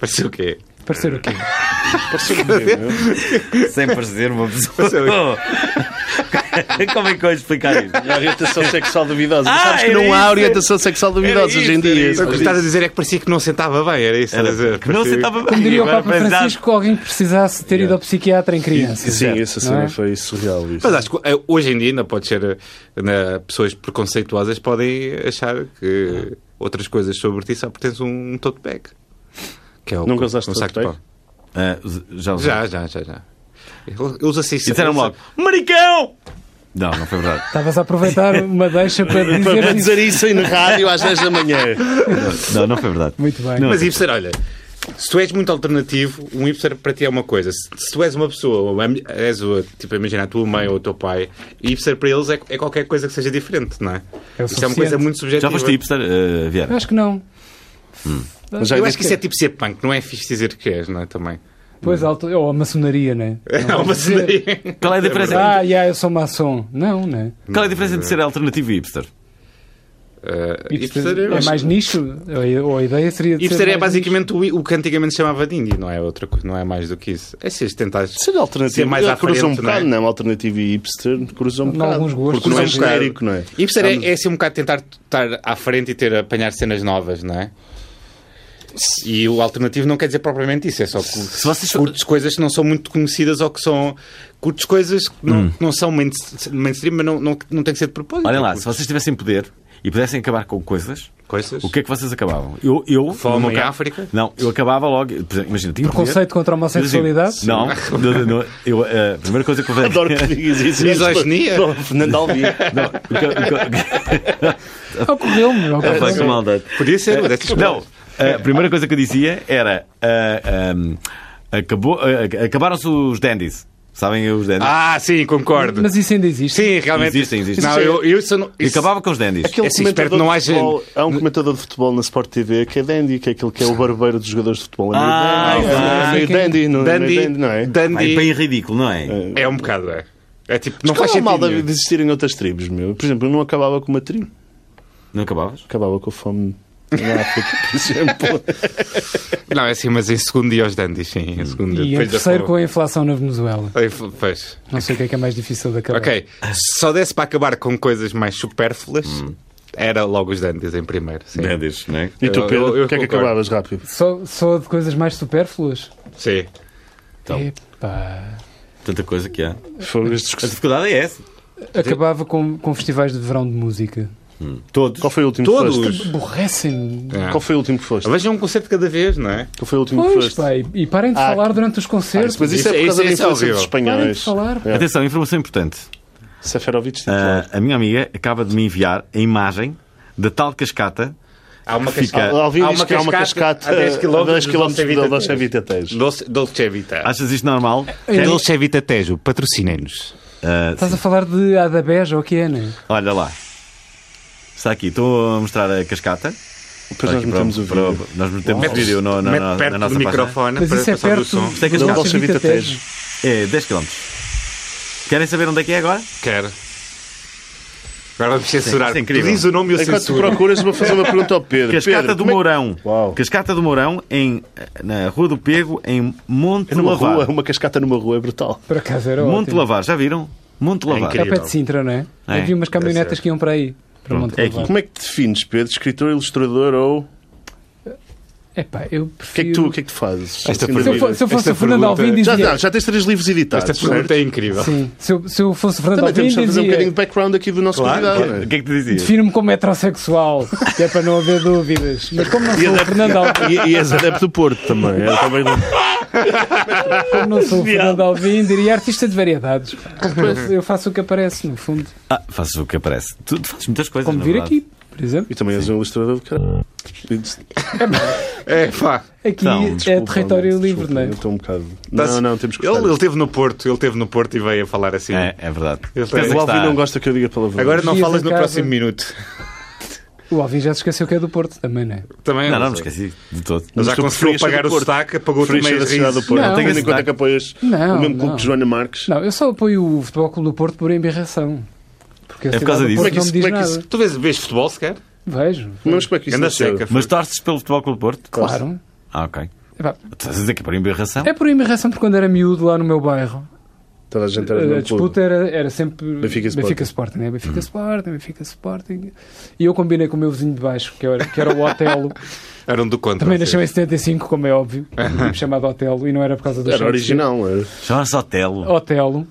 Speaker 4: parecer o quê?
Speaker 7: Parecer o quê?
Speaker 2: é?
Speaker 3: sem parecer uma pessoa. <laughs> Como é que eu vou explicar isto?
Speaker 2: A orientação sexual duvidosa.
Speaker 3: Ah,
Speaker 2: Sabes que
Speaker 3: era
Speaker 2: não há
Speaker 3: isso.
Speaker 2: orientação sexual duvidosa hoje em
Speaker 3: isso, era
Speaker 2: dia.
Speaker 3: isso.
Speaker 4: O que estás a dizer é que parecia que não sentava bem, era isso? estás a dizer?
Speaker 3: Que não
Speaker 4: Parecia-
Speaker 3: sentava
Speaker 7: Como diria o
Speaker 3: Agora
Speaker 7: Papa
Speaker 3: pensar-
Speaker 7: Francisco, alguém que precisasse ter ido ao psiquiatra em criança.
Speaker 2: Sim, essa cena
Speaker 7: Não é?
Speaker 2: foi surreal. Isso.
Speaker 4: Mas acho que eh, hoje em dia ainda pode ser. eh, na- pessoas preconceituosas podem achar que outras coisas sobre ti só porque tens um tote bag. Que é o,
Speaker 2: Nunca usaste
Speaker 4: um saco
Speaker 2: tote
Speaker 4: de
Speaker 2: bag?
Speaker 4: pão.
Speaker 3: Ah, já usei.
Speaker 4: Já, já, já, já. Eu eu uso assim.
Speaker 3: E disseram logo: Maricão! Não, não foi verdade.
Speaker 7: Estavas a
Speaker 4: <laughs>
Speaker 7: aproveitar uma deixa para
Speaker 2: Para
Speaker 7: dizer isso.
Speaker 2: dizer isso aí na rádio às 10 da manhã.
Speaker 3: não, não foi verdade.
Speaker 7: Muito bem.
Speaker 4: Mas hipster, olha, se tu és muito alternativo, um hipster para ti é uma coisa. Se, se tu és uma pessoa, uma- és o, tipo, imagina a tua mãe ou o teu pai, hipster para eles é, é qualquer coisa que seja diferente, não é? isso é
Speaker 7: É o
Speaker 4: uma
Speaker 7: suficiente.
Speaker 4: coisa muito subjetiva.
Speaker 3: Já foste hipster, uh,
Speaker 7: Eu
Speaker 3: Vieira?
Speaker 7: Acho que não.
Speaker 4: Hum.
Speaker 2: Mas já
Speaker 4: Eu
Speaker 2: disse
Speaker 4: acho que isso é tipo ser punk, não é fixe dizer que és, não é? Também.
Speaker 7: Pois, alto, ou a maçonaria, né?
Speaker 4: É uma cenaria.
Speaker 3: Qual é a diferença,
Speaker 7: Ah, já, eu sou maçom. Não, né?
Speaker 3: qual é a diferença entre ser alternativo e hipster?
Speaker 4: Ah,
Speaker 7: Hipster
Speaker 4: Hipster
Speaker 7: é
Speaker 4: eu
Speaker 7: mais
Speaker 4: acho-
Speaker 7: nicho? Ou- Ou a ideia seria de
Speaker 4: hipster
Speaker 7: ser
Speaker 4: é
Speaker 7: mais
Speaker 4: basicamente o, o que antigamente se chamava de indie, não é outra coisa, não é mais do que isso. É se tentares.
Speaker 2: Ser alternativo.
Speaker 4: Ser mais
Speaker 2: Ele
Speaker 4: à
Speaker 2: cruza
Speaker 4: frente,
Speaker 2: um bocado,
Speaker 4: não é?
Speaker 2: não. Alternativo e hipster cruza um
Speaker 7: Em
Speaker 2: bocado.
Speaker 7: alguns gostos.
Speaker 2: Porque não é
Speaker 4: Cruza um bocado.
Speaker 2: genérico, não é?
Speaker 4: Hipster é, é assim um bocado tentar estar à frente e ter apanhar cenas novas, não é? E o alternativo não quer dizer propriamente isso, é só que
Speaker 3: Se vocês-
Speaker 4: curtes coisas que não são muito conhecidas ou que são. curtes coisas que não, que não são main- mainstream, mas não, não, não tem que ser de propósito.
Speaker 3: Hum. Olhem lá,
Speaker 4: Curtes
Speaker 3: se vocês tivessem poder e pudessem acabar com coisas,
Speaker 4: coisas.
Speaker 3: o que é que vocês acabavam? Eu, eu
Speaker 4: Fome
Speaker 3: no meu
Speaker 4: em
Speaker 3: caso-
Speaker 4: África?
Speaker 3: Não, eu acabava logo. por exemplo, Imagina, tinha poder,
Speaker 7: Preconceito um contra a
Speaker 3: eu dizia,
Speaker 7: homossexualidade?
Speaker 3: Não, não, não, eu, eh, a primeira coisa que eu
Speaker 2: Adoro que digas isso.
Speaker 4: <laughs> Misoginia? É assim,
Speaker 2: Não, Fernando Alvim.
Speaker 3: <laughs> Não, o que- o que- <laughs>
Speaker 4: <laughs>
Speaker 7: Ocorreu-me.
Speaker 3: Ah, pá,
Speaker 7: ocorreu-me.
Speaker 3: que maldade.
Speaker 4: Podia ser, mas é-
Speaker 3: Não, eh, a primeira eh, ehm, coisa que eu dizia era ah, ah, acabou- ah, acabaram-se eh, os dandies. Sabem os dandies?
Speaker 4: Ah, sim, concordo.
Speaker 7: Mas isso ainda existe.
Speaker 4: Sim, realmente.
Speaker 3: Existem, existem.
Speaker 4: Não, eu, eu, isso não,
Speaker 3: E
Speaker 4: isso-
Speaker 3: acabava com os dandies.
Speaker 4: Aquele- Esse espero que não
Speaker 2: de
Speaker 4: haja-
Speaker 2: futebol- há um comentador de futebol na Sport TV que é Dandy, que é aquele que é o barbeiro dos jogadores de futebol. É meio
Speaker 3: Ah,
Speaker 2: dandy,
Speaker 3: ah,
Speaker 2: é meio dandy, não é
Speaker 4: Dandy,
Speaker 2: meio dandy, não
Speaker 3: Vai,
Speaker 2: é?
Speaker 4: Dandy
Speaker 3: bem ridículo, não é?
Speaker 4: é um bocado, é. É tipo, não
Speaker 2: Mas qual
Speaker 4: faz
Speaker 2: é o mal
Speaker 4: sentido.
Speaker 2: de
Speaker 4: nenhum.
Speaker 2: existirem outras tribos, meu? Por exemplo, eu não acabava com uma tribo,
Speaker 3: Não acabavas?
Speaker 2: acabava com a fome na África,
Speaker 4: <laughs>
Speaker 2: por exemplo.
Speaker 4: Não, é assim, mas em segundo ia aos dandies, sim. Em segundo,
Speaker 7: E em
Speaker 4: depois da
Speaker 7: terceiro com
Speaker 4: fome.
Speaker 7: a inflação na Venezuela.
Speaker 4: Aí f- Pois.
Speaker 7: Não sei o que é que é mais difícil de acabar.
Speaker 4: Ok. Se só desse para acabar com coisas mais supérfluas,
Speaker 3: Hum.
Speaker 4: era logo os dandies em primeiro. Sim.
Speaker 3: Dandies, não é?
Speaker 2: E tu,
Speaker 4: Eu-
Speaker 2: Pedro,
Speaker 4: eu- eu
Speaker 2: o que é que
Speaker 4: concordo.
Speaker 2: acabavas rápido?
Speaker 7: Só, só de coisas mais supérfluas?
Speaker 4: sim.
Speaker 3: Então.
Speaker 7: Epá.
Speaker 3: Tanta coisa que há.
Speaker 2: Fogo, as
Speaker 3: A
Speaker 2: discussões.
Speaker 3: dificuldade é essa.
Speaker 7: Acabava com, com festivais de verão de música.
Speaker 3: Todos.
Speaker 2: Qual foi o último
Speaker 4: Todos.
Speaker 2: que foste?
Speaker 7: Aborrecem-me.
Speaker 4: É.
Speaker 2: Qual foi o último que foste?
Speaker 4: Vejam um concerto cada vez, não é?
Speaker 2: Qual foi o último que
Speaker 7: Pois,
Speaker 2: foste?
Speaker 7: pá, e, e parem de
Speaker 2: Ah,
Speaker 7: falar durante os concertos.
Speaker 2: Mas isso é por
Speaker 4: Isso-
Speaker 2: causa da
Speaker 4: isso é
Speaker 2: influência
Speaker 4: horrível.
Speaker 2: dos
Speaker 7: Parem de
Speaker 2: espanhóis.
Speaker 7: falar.
Speaker 2: É.
Speaker 3: Atenção, informação importante.
Speaker 2: Seferovic tipo, tem
Speaker 3: Ah, a minha amiga acaba de me enviar a imagem da tal cascata.
Speaker 4: Há uma
Speaker 3: Fica-
Speaker 4: cascata.
Speaker 2: Alguém
Speaker 4: há
Speaker 2: diz que há uma cascata
Speaker 4: a 10 km,
Speaker 2: a 10 km da Dolce
Speaker 4: Dolce Vita.
Speaker 2: Vita Tejo.
Speaker 4: Dolce- Dolce Vita.
Speaker 3: Achas isto normal?
Speaker 7: é
Speaker 4: Dolce Vita Tejo, patrocinem-nos.
Speaker 3: Ah,
Speaker 7: Estás a
Speaker 2: assim.
Speaker 7: falar de Adabés ou o que é, né?
Speaker 3: olha lá. Está aqui. Estou a mostrar a cascata.
Speaker 2: Depois nós
Speaker 3: Aqui para-
Speaker 2: metemos o
Speaker 3: para-
Speaker 2: vídeo.
Speaker 3: Nós metemos o
Speaker 4: Mete-
Speaker 3: vídeo no, no,
Speaker 4: Mete
Speaker 3: na,
Speaker 4: perto
Speaker 3: na nossa
Speaker 4: do
Speaker 3: página.
Speaker 4: microfone
Speaker 7: Mas
Speaker 4: para
Speaker 7: isso é
Speaker 4: passar o
Speaker 7: perto
Speaker 4: som.
Speaker 3: Isto é
Speaker 7: do
Speaker 3: cascata.
Speaker 7: Dolce Vita Tejo.
Speaker 3: É 10 km. Querem saber onde é que é agora?
Speaker 4: Quero. Agora vamos censurar.
Speaker 3: Isso é
Speaker 4: Tu
Speaker 3: incrível.
Speaker 4: diz o nome e eu
Speaker 2: Enquanto tu
Speaker 4: censuro.
Speaker 2: procuras, vou fazer uma pergunta ao Pedro.
Speaker 3: Cascata
Speaker 2: Pedro,
Speaker 3: do
Speaker 2: como é que-
Speaker 3: Mourão.
Speaker 2: Uau.
Speaker 3: Cascata do Mourão em, na Rua do Pego, em Monte
Speaker 2: É numa rua,
Speaker 3: Lavar.
Speaker 2: uma cascata numa rua é brutal.
Speaker 7: Por acaso era
Speaker 3: Monte
Speaker 7: ótimo.
Speaker 3: Lavar, já viram? Monte Lavar.
Speaker 7: É
Speaker 4: incrível.
Speaker 7: pé de Sintra, não é?
Speaker 3: É,
Speaker 7: Havia umas caminhonetas que iam para aí. Para
Speaker 3: Pronto,
Speaker 7: Monte
Speaker 3: é aqui.
Speaker 7: Lavar.
Speaker 2: Como é que te defines, Pedro? Escritor, ilustrador ou.
Speaker 7: Epá, eu
Speaker 2: O que é
Speaker 7: prefiro...
Speaker 2: que tu, o que é que tu fazes? Assim,
Speaker 4: Esta
Speaker 7: Se eu,
Speaker 2: na vida?
Speaker 7: fo- se eu fosse
Speaker 4: Esta
Speaker 7: o Fernando
Speaker 4: pergunta-
Speaker 7: Alvim,
Speaker 2: Já,
Speaker 7: dizia...
Speaker 2: já, já tens três livros editados.
Speaker 4: Esta pergunta é incrível.
Speaker 7: Sim, se eu, se eu fosse o Fernando
Speaker 2: Também
Speaker 7: Alvim,
Speaker 2: temos de fazer um bocadinho
Speaker 7: dizia...
Speaker 2: de background aqui do nosso convidado. não é?
Speaker 3: O que é que te dizia?
Speaker 7: Defino-me como heterossexual, que é para não haver dúvidas. Mas como não
Speaker 2: E,
Speaker 7: sou o Fernando Alvim,
Speaker 2: adepto, e, e és adepto do Porto também. É, também não-
Speaker 7: como não sou o Fernando Alvim, diria artista
Speaker 2: <laughs>
Speaker 7: de variedades. Eu faço o que aparece, no fundo.
Speaker 3: Ah, fazes o que aparece. Tu, tu fazes muitas coisas.
Speaker 2: é
Speaker 7: Como
Speaker 3: na
Speaker 7: vir
Speaker 3: verdade.
Speaker 7: aqui, por exemplo.
Speaker 2: E também és um ilustrador do caralho.
Speaker 4: É, pá.
Speaker 7: Aqui
Speaker 3: Então,
Speaker 7: é
Speaker 2: Desculpa,
Speaker 7: território
Speaker 2: desculpa,
Speaker 7: livre, não é?
Speaker 2: eu Estou um bocado.
Speaker 4: Tá-se-
Speaker 2: Não, não, temos que
Speaker 4: Tá Ele,
Speaker 2: cortar
Speaker 4: ele esteve no Porto, ele esteve no Porto e veio a falar assim.
Speaker 3: É, é verdade.
Speaker 4: Ele
Speaker 2: isto.
Speaker 4: tem-
Speaker 2: O
Speaker 3: que
Speaker 2: Alvin
Speaker 3: está-
Speaker 2: não gosta que eu diga palavras.
Speaker 4: tá. Agora não
Speaker 7: Dias
Speaker 4: falas
Speaker 7: em
Speaker 4: no
Speaker 7: casa.
Speaker 4: próximo minuto. <laughs>
Speaker 7: O Alvim já se esqueceu que é do Porto também, não é?
Speaker 4: Também
Speaker 3: Não, não, me
Speaker 4: sei.
Speaker 3: esqueci de todo.
Speaker 4: Ele já
Speaker 2: Mas tu
Speaker 4: conseguiu
Speaker 2: preferias ser
Speaker 4: pagar
Speaker 2: do
Speaker 4: o
Speaker 2: Porto.
Speaker 4: sotaque, pagou
Speaker 2: Preferias
Speaker 4: também
Speaker 2: ser da
Speaker 4: as
Speaker 2: cidade do
Speaker 4: raízes.
Speaker 2: Porto. Não,
Speaker 7: Não,
Speaker 2: tenho em
Speaker 3: não.
Speaker 2: conta que apoias
Speaker 7: Não,
Speaker 2: o mesmo clube
Speaker 7: não.
Speaker 2: que Joana Marques.
Speaker 7: Não, eu só apoio o Futebol Clube do Porto por embirração. Porque a
Speaker 3: por
Speaker 7: cidade
Speaker 3: causa
Speaker 7: do
Speaker 3: disso?
Speaker 2: Como
Speaker 7: Porto
Speaker 2: é que isso-
Speaker 7: não me
Speaker 2: como é que
Speaker 7: diz
Speaker 2: isso-
Speaker 4: Tu vês, vês futebol sequer?
Speaker 7: nada. Vejo.
Speaker 2: Mas como é que isso
Speaker 4: Anda
Speaker 2: nasceu?
Speaker 4: seca.
Speaker 3: Mas torces pelo Futebol Clube do Porto?
Speaker 7: Claro.
Speaker 3: Ah, ok.
Speaker 7: Epá,
Speaker 3: Tu estás a dizer que é para embirração?
Speaker 7: É por embirração porque quando era miúdo lá no meu bairro, eh,
Speaker 2: Toda a gente era do
Speaker 7: a
Speaker 2: mesmo clube.
Speaker 7: disputa era, era sempre
Speaker 2: Benfica e Sporting. Uhum.
Speaker 7: Benfica Sporting, né? Benfica Sporting, Benfica Sporting. E eu combinei com o meu vizinho de baixo, que era,
Speaker 2: <laughs>
Speaker 7: que era o Otelo.
Speaker 4: Eram um do contra.
Speaker 7: Também
Speaker 4: vocês.
Speaker 7: nasceu em 75, como é óbvio. Um tipo chamado Otelo, e não era por causa do
Speaker 2: Era
Speaker 7: Shakespeare.
Speaker 2: original, era.
Speaker 3: Chama-se
Speaker 7: Oh,
Speaker 3: Otelo.
Speaker 7: Otelo.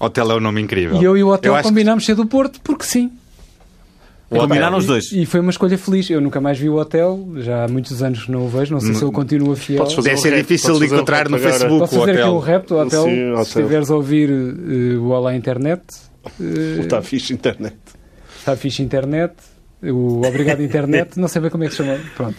Speaker 4: Hotel é um nome incrível.
Speaker 7: E eu e o Otelo
Speaker 4: acho que
Speaker 7: combinámos ser do Porto porque sim.
Speaker 3: Combinaram os dois.
Speaker 7: E, e foi uma escolha feliz. Eu nunca mais vi o Otelo, já há muitos anos que não o vejo, não sei se ele continua fiel.
Speaker 2: Podes fazer
Speaker 4: Deve
Speaker 2: um
Speaker 4: ser
Speaker 2: rap,
Speaker 4: difícil
Speaker 2: podes
Speaker 4: de
Speaker 2: fazer um
Speaker 4: encontrar
Speaker 2: rap
Speaker 4: no
Speaker 2: agora.
Speaker 4: Facebook
Speaker 7: Posso
Speaker 4: o
Speaker 7: fazer aqui um
Speaker 4: hotel.
Speaker 7: rap do Otelo?
Speaker 2: Sim, Otelo.
Speaker 7: Se estiveres a ouvir eh, o Olá Internet, eh,
Speaker 4: Tá
Speaker 2: Está fixe internet.
Speaker 7: Está fixe internet. O obrigado internet, não sei bem como é que se chama. Pronto.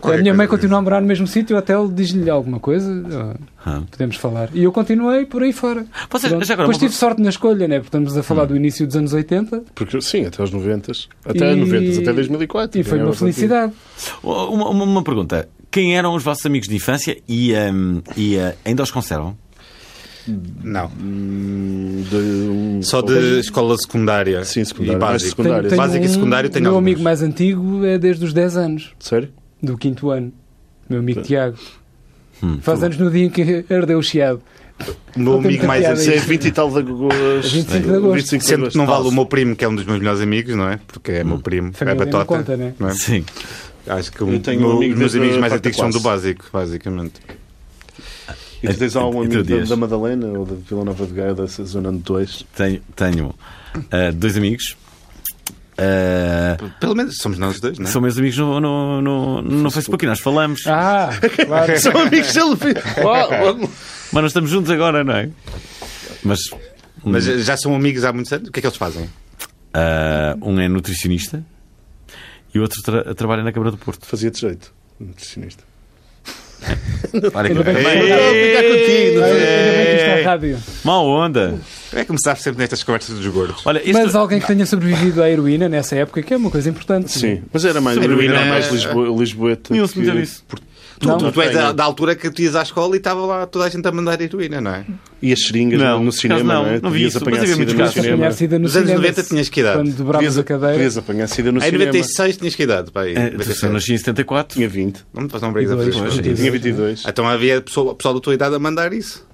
Speaker 4: qualquer
Speaker 7: a minha mãe
Speaker 4: coisa
Speaker 7: continua a morar no mesmo sítio, até ele diz-lhe alguma coisa, ó,
Speaker 3: Ah.
Speaker 7: podemos falar. E eu continuei por aí fora.
Speaker 3: Vocês,
Speaker 7: Pronto.
Speaker 3: já agora,
Speaker 7: Depois
Speaker 3: uma
Speaker 7: tive sorte na escolha, né? Porque estamos a falar do início dos anos 80
Speaker 2: Porque, sim, até aos 90. Até
Speaker 7: E-
Speaker 2: 90, até 2004.
Speaker 7: e foi
Speaker 4: é
Speaker 2: Ganhava
Speaker 7: uma felicidade.
Speaker 3: Uma, uma- uma pergunta. Quem eram os vossos amigos de infância e, hum, e, uh, ainda os conservam?
Speaker 4: Não.
Speaker 2: Hum, de- um-
Speaker 4: Só de escola
Speaker 7: um-
Speaker 4: secundária.
Speaker 2: Sim, secundária.
Speaker 4: E
Speaker 2: Mais
Speaker 4: básico.
Speaker 2: secundária.
Speaker 7: Tenho-
Speaker 4: Básico e
Speaker 7: tenho um-
Speaker 4: secundário tenho
Speaker 7: meu
Speaker 4: alguns.
Speaker 7: amigo mais antigo é desde os 10 anos,
Speaker 2: Sério?
Speaker 7: do quinto ano. Meu
Speaker 4: Tá.
Speaker 7: amigo Tiago.
Speaker 4: Hum,
Speaker 7: Faz anos no dia em que <laughs> herdeu o chiado.
Speaker 4: O meu
Speaker 7: Não tem
Speaker 4: amigo
Speaker 7: muita
Speaker 4: mais
Speaker 7: piada
Speaker 4: antigo.
Speaker 2: Isso é 20 e tal de agosto.
Speaker 7: 25 de agosto.
Speaker 2: 25 de
Speaker 4: Sendo que
Speaker 2: agosto.
Speaker 4: não vale o meu primo, que é um dos meus melhores amigos, não é? Porque é meu primo, é
Speaker 7: Hum. Família não
Speaker 4: batota.
Speaker 7: conta, né?
Speaker 4: não é?
Speaker 3: Sim.
Speaker 4: Acho que
Speaker 2: Eu
Speaker 4: o,
Speaker 2: tenho
Speaker 4: meu-
Speaker 2: um amigo
Speaker 4: os meus
Speaker 2: desde
Speaker 4: amigos
Speaker 2: a
Speaker 4: mais
Speaker 2: quarta
Speaker 4: antigos são do
Speaker 2: classe.
Speaker 4: básico, basicamente.
Speaker 2: E tu tens algum
Speaker 3: E tu
Speaker 2: amigo da,
Speaker 3: dias?
Speaker 2: da Madalena ou da Vila Nova de Gaia, dessa zona de dois?
Speaker 3: Tenho, tenho, uh, dois amigos. Uh,
Speaker 4: Pelo menos somos nós dois, não é?
Speaker 3: São meus amigos no, no, no, no Facebook e nós falamos.
Speaker 7: Ah,
Speaker 4: <laughs>
Speaker 7: claro.
Speaker 2: São amigos dele.
Speaker 3: Mas nós estamos juntos agora, não é? Mas
Speaker 4: Mas já são amigos há muitos anos? O que é que eles fazem?
Speaker 3: ah, um é nutricionista e o outro tra- trabalha na Câmara do Porto.
Speaker 2: Fazia de jeito. Nutricionista.
Speaker 3: Olha que
Speaker 7: Ainda bem
Speaker 3: bem.
Speaker 7: que
Speaker 2: Não,
Speaker 7: Ei!
Speaker 2: fica contigo. não
Speaker 7: Ainda
Speaker 2: é?
Speaker 7: bem que isto é rádio.
Speaker 3: Mal onda.
Speaker 4: É começar sempre nestas conversas dos gordos.
Speaker 3: Olha, isto...
Speaker 7: Mas alguém que tenha sobrevivido à heroína nessa época, que é uma coisa importante.
Speaker 2: Sim, mas era mais,
Speaker 3: Sobre
Speaker 2: era
Speaker 3: heroína,
Speaker 2: mais
Speaker 4: é-
Speaker 2: Lisboa, Lisboeta.
Speaker 3: Nilson
Speaker 2: que-
Speaker 3: me deu isso.
Speaker 4: Tu,
Speaker 7: Não.
Speaker 4: tu- tu és da, da altura que tu ias à escola e estava lá toda a gente a mandar heroína, não é?
Speaker 2: E as seringas
Speaker 3: Não,
Speaker 2: no cinema,
Speaker 3: por acaso
Speaker 2: não,
Speaker 3: não,
Speaker 2: é?
Speaker 3: não vi
Speaker 2: Podias
Speaker 3: isso,
Speaker 2: apanhar
Speaker 3: mas havia
Speaker 2: sida
Speaker 3: muitos
Speaker 2: no
Speaker 3: casos.
Speaker 2: cinema.
Speaker 7: Apanhar sida no
Speaker 4: Nos anos
Speaker 7: cinema,
Speaker 4: 90 tinhas que idade?
Speaker 7: Quando dobravas a cadeira.
Speaker 2: Podias apanhar sida no
Speaker 4: Em
Speaker 2: cinema.
Speaker 4: 96 tinhas que idade, pá. aí,
Speaker 3: Eh, tu só
Speaker 4: 97.
Speaker 3: nasci em 74.
Speaker 2: Tinha 20.
Speaker 4: Não me faz não brigas a fazer
Speaker 7: Dois,
Speaker 4: isso.
Speaker 7: dois.
Speaker 2: Tinha 22.
Speaker 4: um Então havia pessoal, pessoal da tua idade a mandar isso.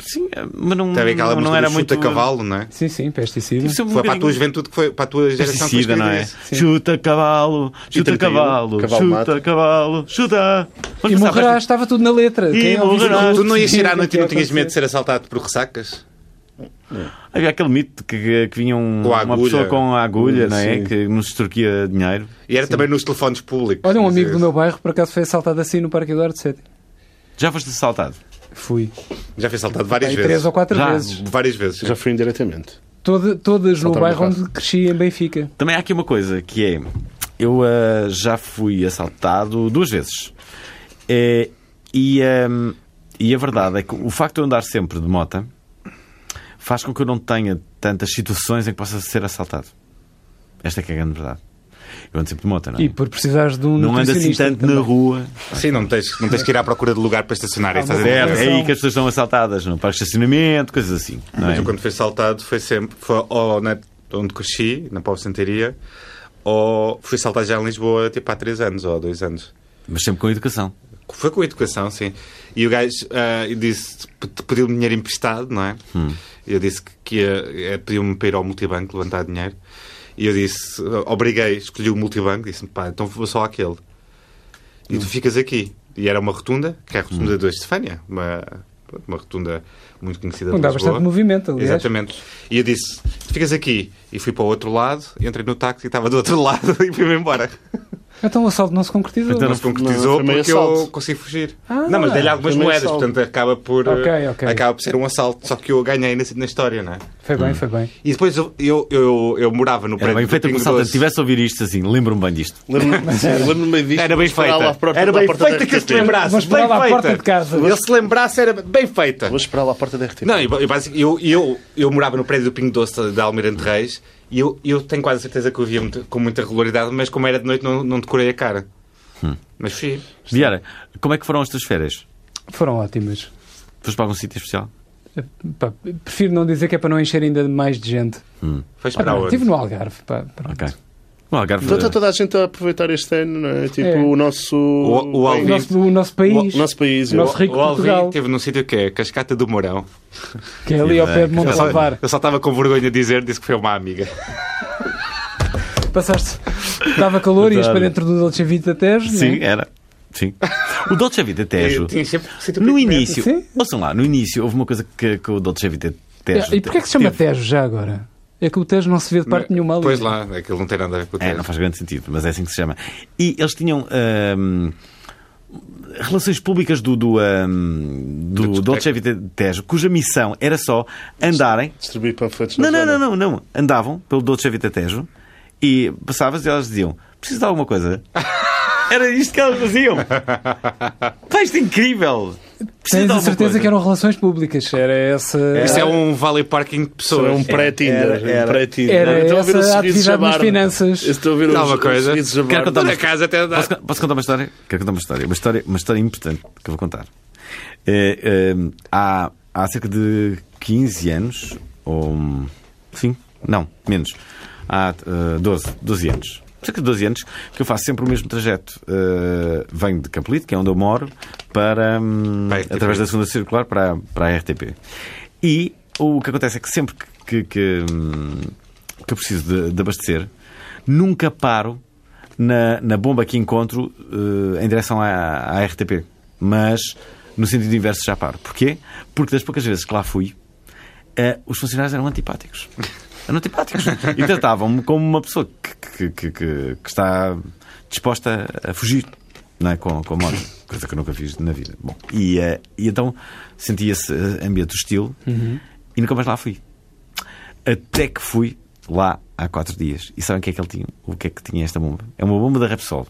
Speaker 3: Sim, eh, mas não,
Speaker 4: Até havia aquela
Speaker 3: não, não
Speaker 4: música
Speaker 3: era
Speaker 4: do
Speaker 3: muito...
Speaker 4: chuta cavalo, não é?
Speaker 7: Sim, sim, pesticida.
Speaker 3: Isso é um
Speaker 4: Foi para a
Speaker 3: bocadinho-
Speaker 4: tua juventude, que foi para a tua geração que foi
Speaker 3: pesticida, não é?
Speaker 4: escrevida isso.
Speaker 7: Sim.
Speaker 3: Chuta cavalo, chuta
Speaker 2: 31,
Speaker 3: cavalo,
Speaker 2: cavalo
Speaker 3: chuta
Speaker 2: mata.
Speaker 3: cavalo, chuta. Vamos passar
Speaker 7: E
Speaker 3: para-
Speaker 7: morrerás, estava tudo na letra.
Speaker 3: E
Speaker 7: Quem é ouviu
Speaker 3: morrerás.
Speaker 4: Tu
Speaker 7: aquilo
Speaker 4: não ias
Speaker 7: sabia
Speaker 4: tirar à
Speaker 7: o
Speaker 4: noite
Speaker 7: que
Speaker 4: e não
Speaker 7: ia
Speaker 4: tinhas medo de
Speaker 7: acontecer.
Speaker 4: ser assaltado por ressacas?
Speaker 3: Havia aquele mito de que, que vinha um-
Speaker 4: Com a
Speaker 3: uma
Speaker 4: agulha.
Speaker 3: pessoa com a agulha,
Speaker 2: Agulha,
Speaker 3: não é?
Speaker 2: sim.
Speaker 3: Que nos extorquia dinheiro.
Speaker 4: E era também nos telefones públicos.
Speaker 7: Olha, um
Speaker 4: Quer
Speaker 7: amigo do
Speaker 4: dizer,
Speaker 7: meu bairro, por acaso, foi assaltado assim no Parque Eduardo VII.
Speaker 3: Já foste assaltado?
Speaker 7: Fui.
Speaker 4: Já foi assaltado várias
Speaker 7: Aí, três
Speaker 4: vezes.
Speaker 7: ou quatro
Speaker 3: Já.
Speaker 7: vezes.
Speaker 4: Várias vezes.
Speaker 2: Já fui
Speaker 4: <laughs>
Speaker 2: indiretamente.
Speaker 7: Toda- todas no
Speaker 2: Saltaram
Speaker 7: bairro
Speaker 2: no carro.
Speaker 7: onde cresci, em Benfica.
Speaker 3: Também há aqui uma coisa que é: eu ah, já fui assaltado duas vezes. Eh, e, ah, e a verdade é que o facto de eu andar sempre de moto faz com que eu não tenha tantas situações em que possa ser assaltado. Esta é que é a grande verdade. Eu ando sempre de moto, não é?
Speaker 7: E por precisares de um
Speaker 3: não ando assim
Speaker 7: nutricionista.
Speaker 3: tanto na rua.
Speaker 4: Sim, não tens, não tens que ir à procura de lugar para
Speaker 7: Ah,
Speaker 4: estacionar. Estás a
Speaker 3: É,
Speaker 4: dizer.
Speaker 3: é aí que as pessoas são assaltadas, não? Para estacionamento, coisas assim. Não é?
Speaker 4: Mas eu quando fui saltado foi sempre foi ou na, onde cresci, na Povo Santaria, ou fui saltado já em Lisboa tipo há 3 anos ou há 2 anos.
Speaker 3: Mas sempre com educação.
Speaker 4: Foi com a educação, sim. E o gajo ah, disse, p- pediu-me dinheiro emprestado, não é? Eu disse que, que ia, eh, pediu-me para ir ao multibanco levantar dinheiro. E eu disse, ah, obriguei, escolhi o multibanco, disse-me, pá, então vou só àquele. E tu ficas aqui. E era uma rotunda, que é a rotunda da Estefânia, uma, pronto, uma rotunda muito conhecida de
Speaker 7: Onde há
Speaker 4: Lisboa.
Speaker 7: bastante movimento, aliás.
Speaker 4: Exatamente. E eu disse: "Tu ficas aqui. E fui para o outro lado, entrei no táxi, estava do outro <laughs> lado e fui-me embora.
Speaker 7: Então o assalto não se concretizou.
Speaker 3: Então
Speaker 4: Não se concretizou
Speaker 2: foi meio
Speaker 4: porque eu
Speaker 2: assalto.
Speaker 4: consegui fugir.
Speaker 7: Ah,
Speaker 4: não, mas dei-lhe algumas
Speaker 2: foi meio
Speaker 4: moedas,
Speaker 2: assalto.
Speaker 4: portanto acaba por,
Speaker 7: Ok,
Speaker 4: eh,
Speaker 7: ok.
Speaker 4: acaba por ser um assalto. Só que eu ganhei na, na história, não é?
Speaker 7: Foi bem, foi bem.
Speaker 4: E depois eu, eu, eu, eu morava no
Speaker 3: Era
Speaker 4: prédio.
Speaker 3: bem
Speaker 4: do
Speaker 3: feita por
Speaker 4: Pingo
Speaker 3: assaltante.
Speaker 4: Doce.
Speaker 3: Se tivesse a ouvir isto assim, lembro-me bem disto.
Speaker 2: Lembro-me lembro bem disto.
Speaker 4: Era bem
Speaker 2: Vou esperar
Speaker 4: feita.
Speaker 2: lá à própria-
Speaker 4: era
Speaker 2: lá à
Speaker 4: bem
Speaker 2: porta da
Speaker 4: feita que ele se
Speaker 2: RTP.
Speaker 4: lembrasse.
Speaker 7: Vou esperar
Speaker 4: bem
Speaker 7: lá à
Speaker 4: feita.
Speaker 7: porta de casa.
Speaker 4: Ele se lembrasse, era bem feita.
Speaker 2: Vou esperar lá à porta da RTP.
Speaker 4: Não, e ba- e basic- eu, eu, eu morava no prédio do Pingo Doce da Almirante Reis e eu, eu tenho quase certeza que eu via muito- com muita regularidade, mas como era de noite não, não decorei a cara.
Speaker 3: Hum.
Speaker 4: Mas fui.
Speaker 3: Diara, como é que foram as tuas férias?
Speaker 7: Foram ótimas.
Speaker 3: Foste para algum sítio especial?
Speaker 7: Pá, prefiro não dizer que é para não encher ainda mais de gente.
Speaker 4: Fez
Speaker 7: Ah,
Speaker 4: para
Speaker 7: não,
Speaker 4: onde?
Speaker 7: estive no Algarve. pá, pronto.
Speaker 3: Ok. Bom, Algarve.
Speaker 2: Então está toda a gente a aproveitar este ano, não é? Tipo,
Speaker 7: É.
Speaker 2: o nosso...
Speaker 4: O- o
Speaker 7: O
Speaker 4: Alvin.
Speaker 7: nosso, o nosso país,
Speaker 2: o nosso país.
Speaker 7: o nosso rico
Speaker 4: O Alvin
Speaker 7: Portugal,
Speaker 4: esteve num sítio que é Cascata do Mourão.
Speaker 7: que é ali ao pé de Monte Alvar.
Speaker 4: Eu só estava com vergonha de dizer, disse que foi uma amiga.
Speaker 7: Passaste, estava calor e ias
Speaker 3: Verdade.
Speaker 7: para dentro do Dolce Vita Tejo. não é?
Speaker 3: Sim, era. Sim. O Dolce Vita Tejo.
Speaker 4: né? <laughs> Eu tinha sempre um sítio
Speaker 3: No
Speaker 4: para ir comer.
Speaker 3: início,
Speaker 7: Sim.
Speaker 3: ouçam lá, no início houve uma coisa que, que o Dolce Vita Tipo, Tejo.
Speaker 7: E porquê é que se chama Tejo já agora? É que o Tejo não se vê de parte nenhuma ali.
Speaker 4: Pois lá, aquilo não tem nada a ver com o
Speaker 3: É,
Speaker 4: teu.
Speaker 3: não faz grande sentido, mas é assim que se chama. E eles tinham. ahm, Relações públicas do, do, ahm, do,
Speaker 4: Do
Speaker 3: Dolce Vita Tejo, cuja missão era só andarem
Speaker 2: Distribuir panfletos na
Speaker 3: Não, não,
Speaker 2: zona.
Speaker 3: não, não, não. Andavam pelo Dolce Vita Tejo e passavas e elas diziam: Preciso de alguma coisa? Era isto que elas faziam. Pá, isto é incrível. Preciso
Speaker 7: Tens
Speaker 3: de
Speaker 7: a
Speaker 3: alguma
Speaker 7: certeza
Speaker 3: coisa.
Speaker 7: que eram relações públicas. Era essa.
Speaker 4: Isto é um valley parking de
Speaker 2: Era
Speaker 7: É
Speaker 4: pessoas.
Speaker 2: um pré-Tinder.
Speaker 3: Era, era.
Speaker 2: Um pré-Tinder.
Speaker 7: Era
Speaker 2: Eu estou
Speaker 7: essa
Speaker 2: um
Speaker 7: a
Speaker 2: sorriso
Speaker 7: atividade
Speaker 2: jabar.
Speaker 7: nas finanças.
Speaker 2: Eu Estou a ver
Speaker 4: Dá uma
Speaker 2: um- um
Speaker 4: coisa.
Speaker 2: sorriso jabar.
Speaker 3: Quero contar
Speaker 4: Por acaso até dá.
Speaker 3: Posso, posso contar uma história? Quero contar uma história. Uma história, uma história importante que eu vou contar. Eh, eh, há, há cerca de 15 anos, ou. Sim, não, menos. Há eh, 12, 12 anos. Cerca de 12 anos que eu faço sempre o mesmo trajeto. Eh, venho de Campolide, que é onde eu moro, para. hum,
Speaker 4: Para a RTP.
Speaker 3: através da segunda circular para, a- para a RTP. E o que acontece é que sempre que, que, que, hum, que eu preciso de, de abastecer, nunca paro na, na bomba que encontro eh, em direção à, à RTP. Mas no sentido inverso já paro. Porquê? Porque das poucas vezes que lá fui, eh, os funcionários eram antipáticos. <laughs> Eram antipáticos. E tratavam-me como uma pessoa que, que- que- que- que está disposta a fugir não é? com, com a moto. Coisa que eu nunca fiz na vida. Bom, e, eh, e então senti esse eh, ambiente hostil e nunca mais lá fui. Até que fui lá há quatro dias. E sabem o que é que ele tinha? O que é que tinha esta bomba? É uma bomba da Repsol.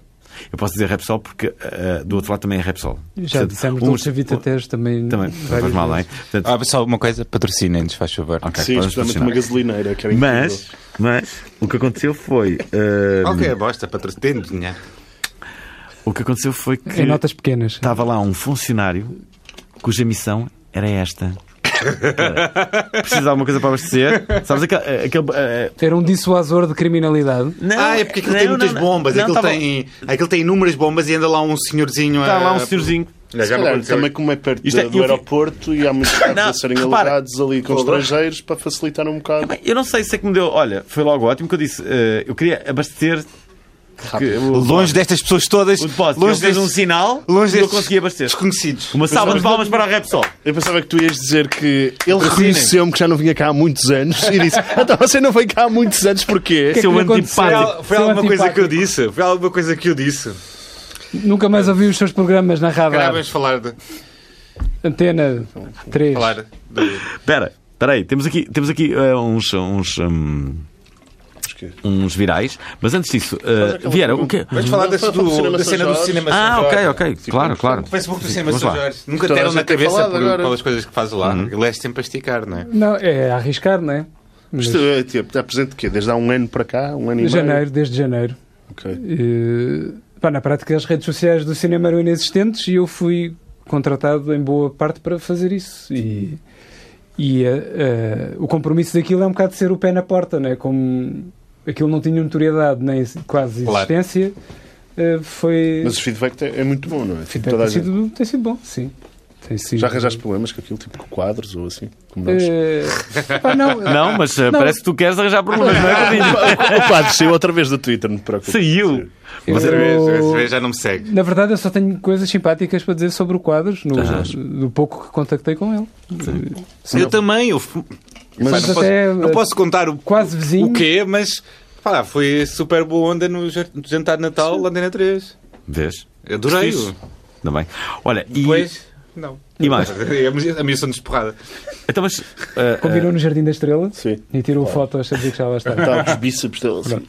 Speaker 3: Eu posso dizer Repsol porque eh, do outro lado também é Repsol.
Speaker 7: Já
Speaker 3: Portanto,
Speaker 7: dissemos
Speaker 3: uns-
Speaker 7: Dolce Vita Tejo também.
Speaker 3: Um Também, não
Speaker 7: várias
Speaker 3: faz mal, hein?
Speaker 7: vezes.
Speaker 3: Portanto,
Speaker 4: Ah, só uma coisa, patrocinem-nos, faz favor.
Speaker 3: ok,
Speaker 2: Sim,
Speaker 3: podemos
Speaker 2: especialmente
Speaker 3: funcionar.
Speaker 2: uma gasolineira. Que era
Speaker 3: Mas, mas o que aconteceu foi. eh,
Speaker 4: Ok, é bosta, patrocinem dinheiro.
Speaker 3: O que aconteceu foi que
Speaker 7: Em notas pequenas.
Speaker 3: estava lá um funcionário cuja missão era <laughs> esta. Era, Precisa de alguma coisa para abastecer? Sabes aquele. aquele eh,
Speaker 7: Era um dissuasor de criminalidade.
Speaker 3: não,
Speaker 4: Ah, é porque aquilo tem
Speaker 3: não,
Speaker 4: muitas
Speaker 3: não,
Speaker 4: bombas,
Speaker 3: não, tá
Speaker 4: aquilo,
Speaker 3: estava-
Speaker 4: tem, aquilo tem inúmeras bombas e anda lá um senhorzinho
Speaker 7: Tá
Speaker 3: Está
Speaker 4: a-
Speaker 3: lá um senhorzinho.
Speaker 4: Olha, Já me
Speaker 2: Claro,
Speaker 4: aconteceu.
Speaker 2: também como é perto
Speaker 3: Isto
Speaker 2: da-
Speaker 3: é-
Speaker 2: do
Speaker 3: eu-
Speaker 2: aeroporto e há muitos carros
Speaker 3: Não,
Speaker 2: a serem
Speaker 3: repara.
Speaker 2: alugados ali com estrangeiros para facilitar um bocado.
Speaker 3: Eu não sei se é que me deu. Olha, foi logo ótimo que eu disse. eh, eu queria abastecer. que- o-
Speaker 4: Longe destas pessoas todas,
Speaker 3: o depósito.
Speaker 4: longe
Speaker 3: Longe fez um
Speaker 4: destes,
Speaker 3: sinal
Speaker 4: longe
Speaker 3: e eu
Speaker 4: destes
Speaker 3: consegui abastecer.
Speaker 4: desconhecidos.
Speaker 3: Uma salva de palmas para a Repsol.
Speaker 2: Eu pensava que tu ias dizer que ele reconheceu-me que já não vinha cá há muitos anos e disse: <laughs> Então você não vem cá há muitos anos porquê?
Speaker 7: que
Speaker 3: Seu
Speaker 7: lhe
Speaker 3: antipático.
Speaker 4: Foi,
Speaker 7: aconteceu?
Speaker 4: al- foi
Speaker 7: Seu
Speaker 4: alguma coisa que eu
Speaker 7: antipático.
Speaker 4: disse. Foi alguma coisa que eu disse.
Speaker 7: Nunca mais ouvi os seus programas na
Speaker 4: Caralho,
Speaker 7: radar.
Speaker 4: vamos falar de.
Speaker 7: Antena 3.
Speaker 4: Falar de...
Speaker 3: Espera, espera aí. Temos aqui, temos aqui eh, uns. uns hum, uns virais, mas antes disso, eh, Vieira, o quê?
Speaker 4: Vamos falar
Speaker 2: Não,
Speaker 4: desse
Speaker 2: foi
Speaker 4: do-
Speaker 2: para o cinema
Speaker 4: da
Speaker 2: São
Speaker 4: cena do
Speaker 2: Jorge.
Speaker 4: cinema São
Speaker 3: Ah,
Speaker 4: Jorge.
Speaker 3: ok, ok, claro, claro.
Speaker 4: O Facebook um do cinema
Speaker 3: Vamos
Speaker 4: São
Speaker 3: lá.
Speaker 4: <laughs> Jorge. Nunca
Speaker 2: Toda a
Speaker 4: deram na
Speaker 2: gente tem
Speaker 4: cabeça
Speaker 2: falado
Speaker 4: por,
Speaker 2: agora.
Speaker 4: pelas coisas que faz lá. Ele é sempre a esticar, não é?
Speaker 7: Não, é a arriscar, não é? Mas
Speaker 2: Isto é tipo, está presente o quê? Desde há um ano para cá? Um ano e
Speaker 7: de
Speaker 2: meio?
Speaker 7: janeiro, desde janeiro.
Speaker 2: Ok.
Speaker 7: Eh, pá, na prática, as redes sociais do cinema eram inexistentes e eu fui contratado em boa parte para fazer isso. E, e, eh, eh, o compromisso daquilo é um bocado ser o pé na porta, né? como aquilo não tinha notoriedade nem quase
Speaker 4: Claro.
Speaker 7: existência, eh, foi.
Speaker 2: Mas o feedback é é muito bom, não é? Tipo,
Speaker 7: tem,
Speaker 2: toda a
Speaker 7: tem
Speaker 2: gente.
Speaker 7: sido, tem sido bom, sim. Tem sido-
Speaker 2: Já arranjaste problemas com aquilo, tipo com quadros ou assim? Como nós. <laughs>
Speaker 7: Eh, pá, não,
Speaker 3: <laughs> Não, mas eh,
Speaker 7: Não.
Speaker 3: parece que tu queres arranjar problemas,
Speaker 4: <laughs>
Speaker 3: não é, Carlinhos?
Speaker 2: O quadro saiu outra vez do Twitter, não te preocupes.
Speaker 3: Saiu.
Speaker 7: eu-
Speaker 4: Outra vez, essa vez já não me segue.
Speaker 7: Na verdade, eu só tenho coisas simpáticas para dizer sobre o Quadros, no, do pouco que contactei com ele.
Speaker 4: eu também. Eu... Pá,
Speaker 7: Mas
Speaker 4: não,
Speaker 7: até,
Speaker 4: posso, não
Speaker 7: eh,
Speaker 4: posso contar o,
Speaker 7: Quase vizinho.
Speaker 4: o quê, mas pá, foi super boa onda no jar- no jantar de Natal, lá na 3.
Speaker 3: Vês?
Speaker 4: Adorei-o.
Speaker 3: Ainda bem. Olha, e,
Speaker 4: Pois, não.
Speaker 3: e mais?
Speaker 4: <laughs> É a minha- a minha sonda de porrada.
Speaker 3: Então, mas. eh,
Speaker 7: Combinou
Speaker 4: É.
Speaker 7: no Jardim da Estrela
Speaker 2: Sim.
Speaker 7: e tirou fotos a dizer que já lá estava.
Speaker 4: Então.
Speaker 2: Estava com os bíceps dele assim.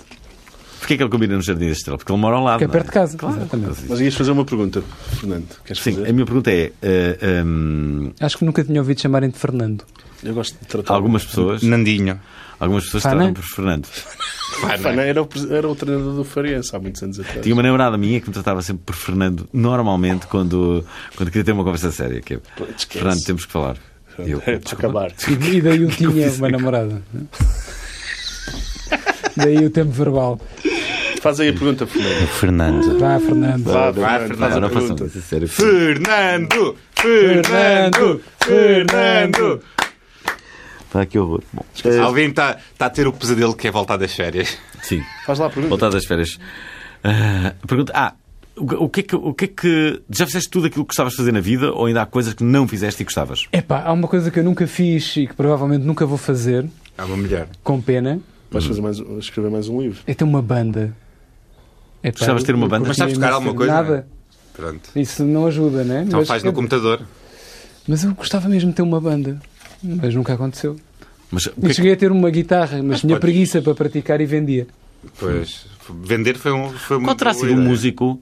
Speaker 3: Porquê é que ele combina no Jardim da Estrela? Porque ele mora ao lado.
Speaker 7: Que é
Speaker 3: não
Speaker 7: perto de casa, exatamente.
Speaker 3: Mas-
Speaker 2: Mas ias fazer uma pergunta, Fernando. Queres
Speaker 3: Sim,
Speaker 2: fazer?
Speaker 3: a minha pergunta é: eh, ehm,
Speaker 7: Acho que nunca tinha ouvido chamarem de Fernando.
Speaker 2: Eu gosto de tratar.
Speaker 3: algumas pessoas,
Speaker 4: Nandinho.
Speaker 3: algumas pessoas
Speaker 7: Fana?
Speaker 3: tratam por Fernando.
Speaker 2: Fana era, o pres- era o treinador do Fariense há muitos anos atrás. <laughs>
Speaker 3: Tinha uma namorada minha que me tratava sempre por Fernando, normalmente, quando, quando queria ter uma conversa séria. Que é,
Speaker 2: esquece.
Speaker 3: Fernando, temos que falar. E eu,
Speaker 2: É, para acabar.
Speaker 7: E, e daí <laughs> eu tinha uma namorada. né? daí o tempo verbal.
Speaker 2: Faz aí a pergunta, É Fernando.
Speaker 3: Fernando.
Speaker 7: Vá, Fernando.
Speaker 2: Vá,
Speaker 4: Vá,
Speaker 2: Fernando,
Speaker 4: Ah, Fernando,
Speaker 2: faz
Speaker 3: Não,
Speaker 2: a
Speaker 3: não façam
Speaker 2: pergunta.
Speaker 3: isso, é sério.
Speaker 4: Fernando! Fernando! Fernando!
Speaker 3: Está que horror. Bom,
Speaker 4: Alguém está tá a ter o pesadelo que é voltar das férias.
Speaker 3: sim.
Speaker 2: Faz lá a pergunta.
Speaker 3: Voltar das férias. Ah, pergunta. Ah, o, que- o que é que, o que é que. Já fizeste tudo aquilo que gostavas de fazer na vida ou ainda há coisas que não fizeste e gostavas?
Speaker 7: Epá, há uma coisa que eu nunca fiz e que provavelmente nunca vou fazer,
Speaker 4: Há uma mulher.
Speaker 7: com pena,
Speaker 2: Vais fazer mais, um- escrever mais um livro.
Speaker 7: é ter uma banda. Epá,
Speaker 3: Gostavas de ter uma
Speaker 7: eu- eu
Speaker 3: banda?
Speaker 4: Mas sabes tocar
Speaker 7: curtia
Speaker 4: alguma
Speaker 7: imenso.
Speaker 4: coisa, não é?
Speaker 7: Nada.
Speaker 4: Pronto.
Speaker 7: Isso não ajuda, né?
Speaker 4: Então
Speaker 7: Mas-
Speaker 4: faz no computador.
Speaker 7: Mas eu gostava mesmo de ter uma banda. Mas nunca aconteceu.
Speaker 3: Mas o que é
Speaker 7: Eu
Speaker 3: que-
Speaker 7: cheguei a ter uma guitarra, mas tinha
Speaker 4: podes.
Speaker 7: preguiça para praticar e vendia.
Speaker 4: Pois. Vender foi um. Foi uma
Speaker 3: qual terá
Speaker 4: boa
Speaker 3: sido o
Speaker 4: ideia.
Speaker 3: músico?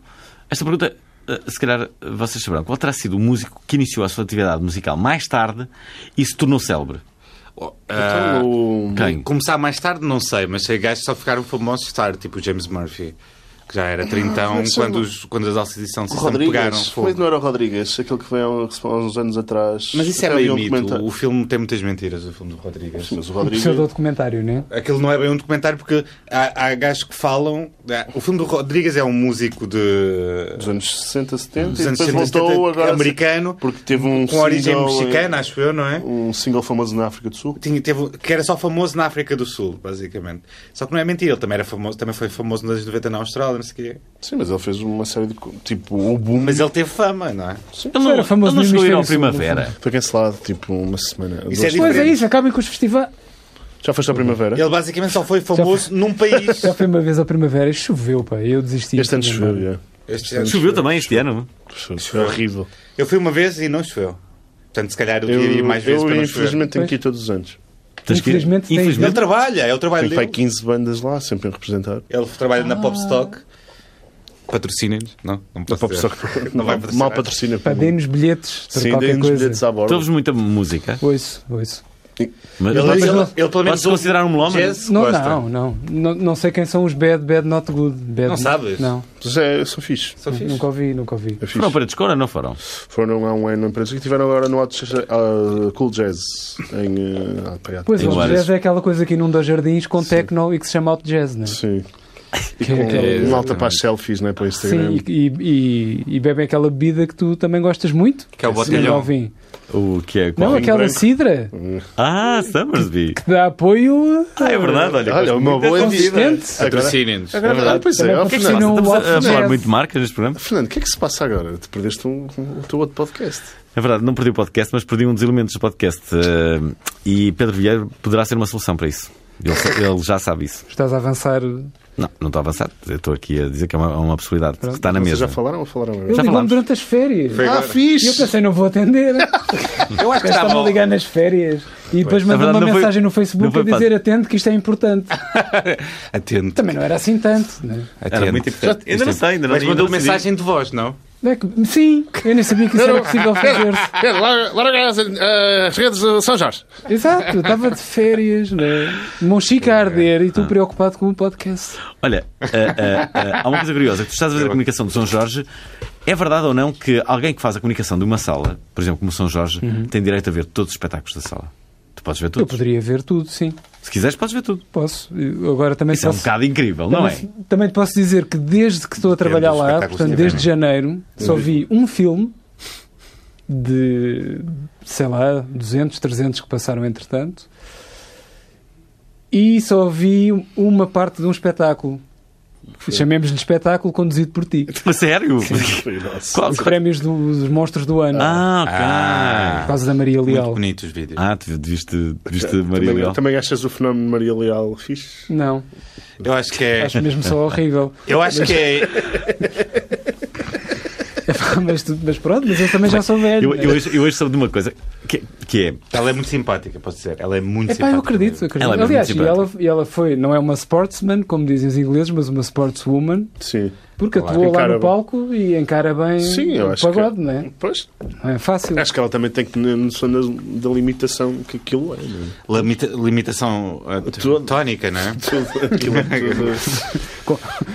Speaker 3: Esta pergunta, eh, se calhar eh, vocês saberão. Qual terá sido o músico que iniciou a sua atividade musical mais tarde e se tornou célebre?
Speaker 4: Oh, ah,
Speaker 2: Então, o-
Speaker 3: Quem?
Speaker 4: Começar mais tarde, não sei, mas sei gajos que só ficaram famosos tarde, tipo o James Murphy, que já era trintão
Speaker 2: Ah, mas
Speaker 4: quando,
Speaker 2: não-
Speaker 4: os, quando as alças de São
Speaker 2: o
Speaker 4: Sistema pegaram
Speaker 2: Rodrigues. Mas não
Speaker 4: fogo.
Speaker 2: era o Rodrigues, aquele que veio há uns- há uns anos atrás.
Speaker 4: Mas isso é
Speaker 2: Até
Speaker 4: meio
Speaker 2: havia um
Speaker 4: mito.
Speaker 2: comentário-
Speaker 4: O filme tem muitas mentiras, o filme do Rodrigues.
Speaker 2: Mas o
Speaker 7: O
Speaker 2: Rodrigues.
Speaker 4: é
Speaker 7: pseudo-documentário, né?
Speaker 4: Aquilo não é bem um documentário porque há, há gajos que falam. há- O filme do Rodrigues é um músico de.
Speaker 2: Dos anos 60, 70
Speaker 4: dos anos
Speaker 2: e
Speaker 4: 60,
Speaker 2: depois voltou agora.
Speaker 4: americano,
Speaker 2: Porque teve um
Speaker 4: com origem
Speaker 2: single,
Speaker 4: mexicana, acho eu, não é?
Speaker 2: Um single famoso na África do Sul.
Speaker 4: Tinha, teve, que era só famoso na África do Sul, basicamente. Só que não é mentira, ele também, era famoso, também foi famoso nos anos 90 na Austrália, não sei o quê.
Speaker 2: Sim, mas ele fez uma série de. co- Tipo, o boom.
Speaker 4: Mas ele teve fama, não é?
Speaker 7: Ele era famoso
Speaker 3: ele não
Speaker 7: no
Speaker 3: chegou a ir ao
Speaker 7: Hemisfério Sul,
Speaker 3: Primavera.
Speaker 2: Foi cancelado, tipo, uma semana.
Speaker 4: Isso
Speaker 2: duas
Speaker 4: é
Speaker 2: semanas.
Speaker 7: Pois é
Speaker 4: Diferente.
Speaker 7: isso, acabem com os festivais.
Speaker 2: Já foste à primavera?
Speaker 4: Ele basicamente só foi famoso num país.
Speaker 7: Já foi uma vez à primavera e choveu, pá. Eu desisti.
Speaker 2: Este ano
Speaker 7: Não,
Speaker 2: choveu,
Speaker 7: não.
Speaker 2: já.
Speaker 4: Este ano
Speaker 3: Choveu também este ano.
Speaker 2: Choveu. Foi horrível.
Speaker 4: Eu fui uma vez e não choveu. Portanto, se calhar eu iria mais vezes
Speaker 2: eu,
Speaker 4: para não chover.
Speaker 2: infelizmente, tenho que ir todos os anos.
Speaker 3: Tens que ir.
Speaker 7: Infelizmente, tem-
Speaker 4: Ele
Speaker 3: Infelizmente.
Speaker 4: trabalha, é o trabalho
Speaker 2: Tenho que ir
Speaker 4: dele.
Speaker 7: Ah.
Speaker 2: 15 bandas lá, sempre a representar.
Speaker 4: Ele trabalha na Popstock. Patrocinem-nos? Não, não
Speaker 2: <laughs> Não
Speaker 4: posso
Speaker 2: pode
Speaker 4: dizer.
Speaker 2: patrocinar.
Speaker 4: Não vai
Speaker 2: Mal-
Speaker 4: patrocinar. Então-
Speaker 2: Mal patrocina. por
Speaker 7: Pá,
Speaker 2: favor.
Speaker 7: deem-nos bilhetes de
Speaker 2: é. Sim,
Speaker 7: qualquer
Speaker 2: deem-nos
Speaker 7: coisa.
Speaker 2: bilhetes à borda.
Speaker 3: Tu ouves muita música.
Speaker 7: Ouço, ouço.
Speaker 3: Mas
Speaker 2: Ele-
Speaker 3: podes-
Speaker 2: ele-
Speaker 4: ele pelo menos
Speaker 3: podes
Speaker 4: ouve
Speaker 3: considerar um melómano?
Speaker 4: jazz,
Speaker 7: Não,
Speaker 4: gosta.
Speaker 7: não, não, não. Não sei quem são os bad, bad, not good. Bad-
Speaker 4: Não sabes?
Speaker 7: Não,
Speaker 2: Mas é, são fixe.
Speaker 4: Só fixe.
Speaker 7: nunca ouvi, nunca ouvi.
Speaker 2: É fixe.
Speaker 3: Foram para Descora, não foram?
Speaker 2: Foram há um ano em Paris e tiveram agora no Hot ah, Cool Jazz em. ah, pá, já-
Speaker 7: Pois,
Speaker 3: Tem
Speaker 7: o
Speaker 3: várias.
Speaker 7: jazz é aquela coisa que inunda os jardins com techno e que se chama out jazz, não é?
Speaker 2: Sim. E
Speaker 7: <laughs> Que- é
Speaker 2: com
Speaker 7: que-
Speaker 2: um alta para as selfies né, para o Instagram.
Speaker 7: Sim, e, e, e- e bebem aquela bebida que tu também gostas muito.
Speaker 4: Que é o
Speaker 7: Senhor
Speaker 4: botelhão.
Speaker 7: Galvin.
Speaker 3: O que é?
Speaker 7: Não,
Speaker 3: Qual?
Speaker 7: aquela
Speaker 2: branco.
Speaker 7: cidra
Speaker 3: Ah, Summersby.
Speaker 7: que dá apoio a-
Speaker 3: Ah, é verdade, olha.
Speaker 2: Olha, uma boa ideia.
Speaker 7: consistente.
Speaker 4: Patrocinem-nos.
Speaker 2: Agora, agora, pois é,
Speaker 7: Também
Speaker 2: ó,
Speaker 3: O que é que
Speaker 7: Sim,
Speaker 3: se
Speaker 2: Fernando,
Speaker 7: não-
Speaker 3: passa? Estamos a, a
Speaker 7: Watch
Speaker 3: falar
Speaker 7: Jazz.
Speaker 3: muito de marcas neste programa?
Speaker 2: Fernando, o que é que se passa agora? Tu perdeste um, um- o teu outro podcast.
Speaker 3: É verdade, não perdi o podcast, mas perdi um dos elementos do podcast. eh, e Pedro Vieira poderá ser uma solução para isso. Ele, sa- ele já sabe isso.
Speaker 7: Estás a avançar.
Speaker 3: Não, não estou avançado. Eu Estou aqui a dizer que é uma, uma possibilidade. que está na
Speaker 2: Vocês
Speaker 3: mesa.
Speaker 2: já falaram ou falaram agora?
Speaker 7: Ele ligou-me
Speaker 3: falámos.
Speaker 7: durante as férias.
Speaker 2: Ah,
Speaker 7: E eu
Speaker 2: fixe!
Speaker 7: pensei, não vou atender. <laughs> Eu acho que estava a ligar nas férias. E depois
Speaker 3: Na
Speaker 7: mandou
Speaker 3: verdade,
Speaker 7: uma
Speaker 3: não foi-
Speaker 7: mensagem no
Speaker 3: não
Speaker 7: Facebook
Speaker 3: foi
Speaker 7: a dizer atende que isto é importante.
Speaker 4: Atento.
Speaker 7: Também não era assim tanto. Né?
Speaker 3: Era muito importante. Ainda não sei, ainda não
Speaker 4: Mas mandou
Speaker 3: ainda não decidi.
Speaker 4: mensagem de voz, não?
Speaker 7: Não é que- Sim, eu nem sabia que isso era possível fazer-se.
Speaker 2: Pedro, É, larga- larga as eh, as redes de São Jorge.
Speaker 7: Exato, eu estava de férias, né? Monchica a arder e
Speaker 3: Ah.
Speaker 7: tu preocupado com o podcast.
Speaker 3: Olha, ah, ah, ah, há uma coisa curiosa. que Tu estás a fazer a comunicação do São Jorge. É verdade ou não que alguém que faz a comunicação de uma sala, por exemplo, como o São Jorge, tem direito a ver todos os espetáculos da sala? Tu podes ver
Speaker 7: Uhum. Eu
Speaker 3: tudo.
Speaker 7: poderia ver tudo, sim.
Speaker 3: Se quiseres, podes ver tudo.
Speaker 7: Posso. Eu agora também
Speaker 3: Isso é um
Speaker 7: posso.
Speaker 3: bocado incrível, não é? <laughs>
Speaker 7: também, também te posso dizer que desde que estou a trabalhar
Speaker 4: dos
Speaker 7: lá,
Speaker 4: espetáculos
Speaker 7: portanto,
Speaker 4: que
Speaker 7: desde
Speaker 3: é?
Speaker 7: janeiro,
Speaker 3: Uhum.
Speaker 7: só vi um filme de, sei lá, 200, 300 que passaram entretanto. E só vi uma parte de um espetáculo. Chamemos-lhe espetáculo conduzido por ti.
Speaker 3: A sério? Qual-
Speaker 7: Os
Speaker 3: qual-
Speaker 7: prémios do- dos monstros do ano.
Speaker 3: Ah, ok.
Speaker 7: Por causa da Maria
Speaker 4: Muito
Speaker 7: Leal.
Speaker 4: bonitos os vídeos.
Speaker 3: Ah, tu viste, viste Maria
Speaker 2: Também,
Speaker 3: Leal.
Speaker 2: também achas o fenómeno de Maria Leal fixe?
Speaker 7: Não,
Speaker 4: Eu acho que é.
Speaker 7: acho
Speaker 3: <laughs>
Speaker 7: mesmo só horrível.
Speaker 4: Eu acho que é.
Speaker 7: mas, tu- mas pronto, mas eu também já sou velho.
Speaker 3: Eu, eu, hoje, eu hoje soube de uma coisa que, que é.
Speaker 4: Ela é muito simpática, posso dizer. Ela é muito
Speaker 7: Epá,
Speaker 4: simpática.
Speaker 7: eu acredito, eu acredito.
Speaker 3: Ela é muito
Speaker 7: Aliás, e
Speaker 3: simpática.
Speaker 7: ela, e ela foi, não é uma sportsman, como dizem os ingleses, mas uma sportswoman,
Speaker 2: Sim.
Speaker 7: porque
Speaker 4: Claro.
Speaker 7: atuou lá
Speaker 2: Encara
Speaker 7: no
Speaker 2: bem.
Speaker 7: palco e encara bem
Speaker 2: Sim, eu
Speaker 7: o
Speaker 2: acho
Speaker 7: pagode,
Speaker 2: que.
Speaker 7: não é?
Speaker 2: Pois,
Speaker 7: Não é fácil.
Speaker 2: acho que ela também tem que ter noção da, da limitação que aquilo é.
Speaker 4: <laughs>
Speaker 2: Não é?
Speaker 4: Limita- limitação ah, t-
Speaker 2: Tudo.
Speaker 4: tónica, não é?
Speaker 2: Tudo, aquilo é tudo.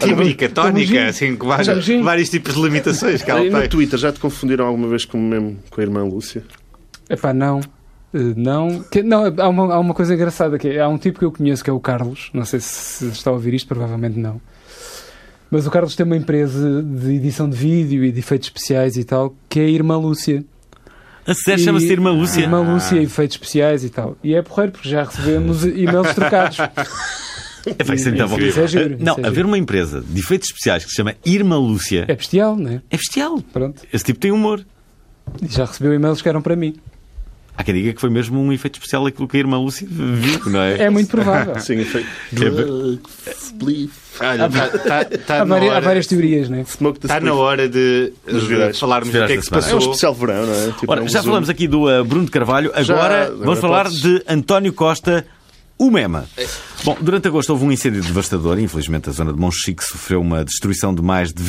Speaker 4: Tíbrica, tónica,
Speaker 7: gin.
Speaker 4: assim, com vários,
Speaker 7: Como gin.
Speaker 4: vários tipos de limitações que ela
Speaker 2: E no
Speaker 4: tem.
Speaker 2: Twitter já te confundiram alguma vez com, mesmo, com a irmã Lúcia?
Speaker 7: Epá, não. Eh, Não, que, não há, uma, há uma coisa engraçada que é, há um tipo que eu conheço que é o Carlos, não sei se está a ouvir isto, provavelmente não. Mas o Carlos tem uma empresa de edição de vídeo e de efeitos especiais e tal, que é a Irmã Lúcia.
Speaker 3: A Sé chama-se
Speaker 7: E-
Speaker 3: Irmã Lúcia.
Speaker 7: Irmã Lúcia, efeitos especiais e tal. E é porreiro porque já recebemos e-mails trocados.
Speaker 3: É, vai ser muito bom.
Speaker 7: Isso é giro,
Speaker 3: Ah, Não,
Speaker 7: isso é
Speaker 3: haver
Speaker 7: giro.
Speaker 3: uma empresa de efeitos especiais que se chama Irmã Lúcia
Speaker 7: É bestial, não é?
Speaker 3: é bestial.
Speaker 7: Pronto.
Speaker 3: Esse tipo tem humor.
Speaker 7: E Já recebeu e-mails que eram para mim.
Speaker 3: Há quem diga que foi mesmo um efeito especial aquilo que a Irmã Lúcia viu, não é?
Speaker 7: É muito provável.
Speaker 3: <laughs>
Speaker 4: Ah.
Speaker 2: Sim, efeito.
Speaker 4: é
Speaker 2: Belief.
Speaker 4: Olha, está
Speaker 7: Há,
Speaker 4: na
Speaker 7: várias, há
Speaker 4: hora.
Speaker 7: várias teorias, não é?
Speaker 2: Smoke the
Speaker 4: Tá na
Speaker 2: Spliff.
Speaker 4: hora de, de
Speaker 2: virais.
Speaker 4: falarmos do que é que se
Speaker 2: É um
Speaker 4: passou.
Speaker 2: especial verão, não é? Tipo, é
Speaker 3: Ora,
Speaker 2: um
Speaker 3: já
Speaker 2: resumo.
Speaker 3: falamos aqui do ah, Bruno de Carvalho, agora,
Speaker 2: agora
Speaker 3: vamos falar
Speaker 2: podes.
Speaker 3: de António Costa, o Mema. Bom, durante agosto houve um incêndio devastador, infelizmente a zona de Monchique sofreu uma destruição de mais de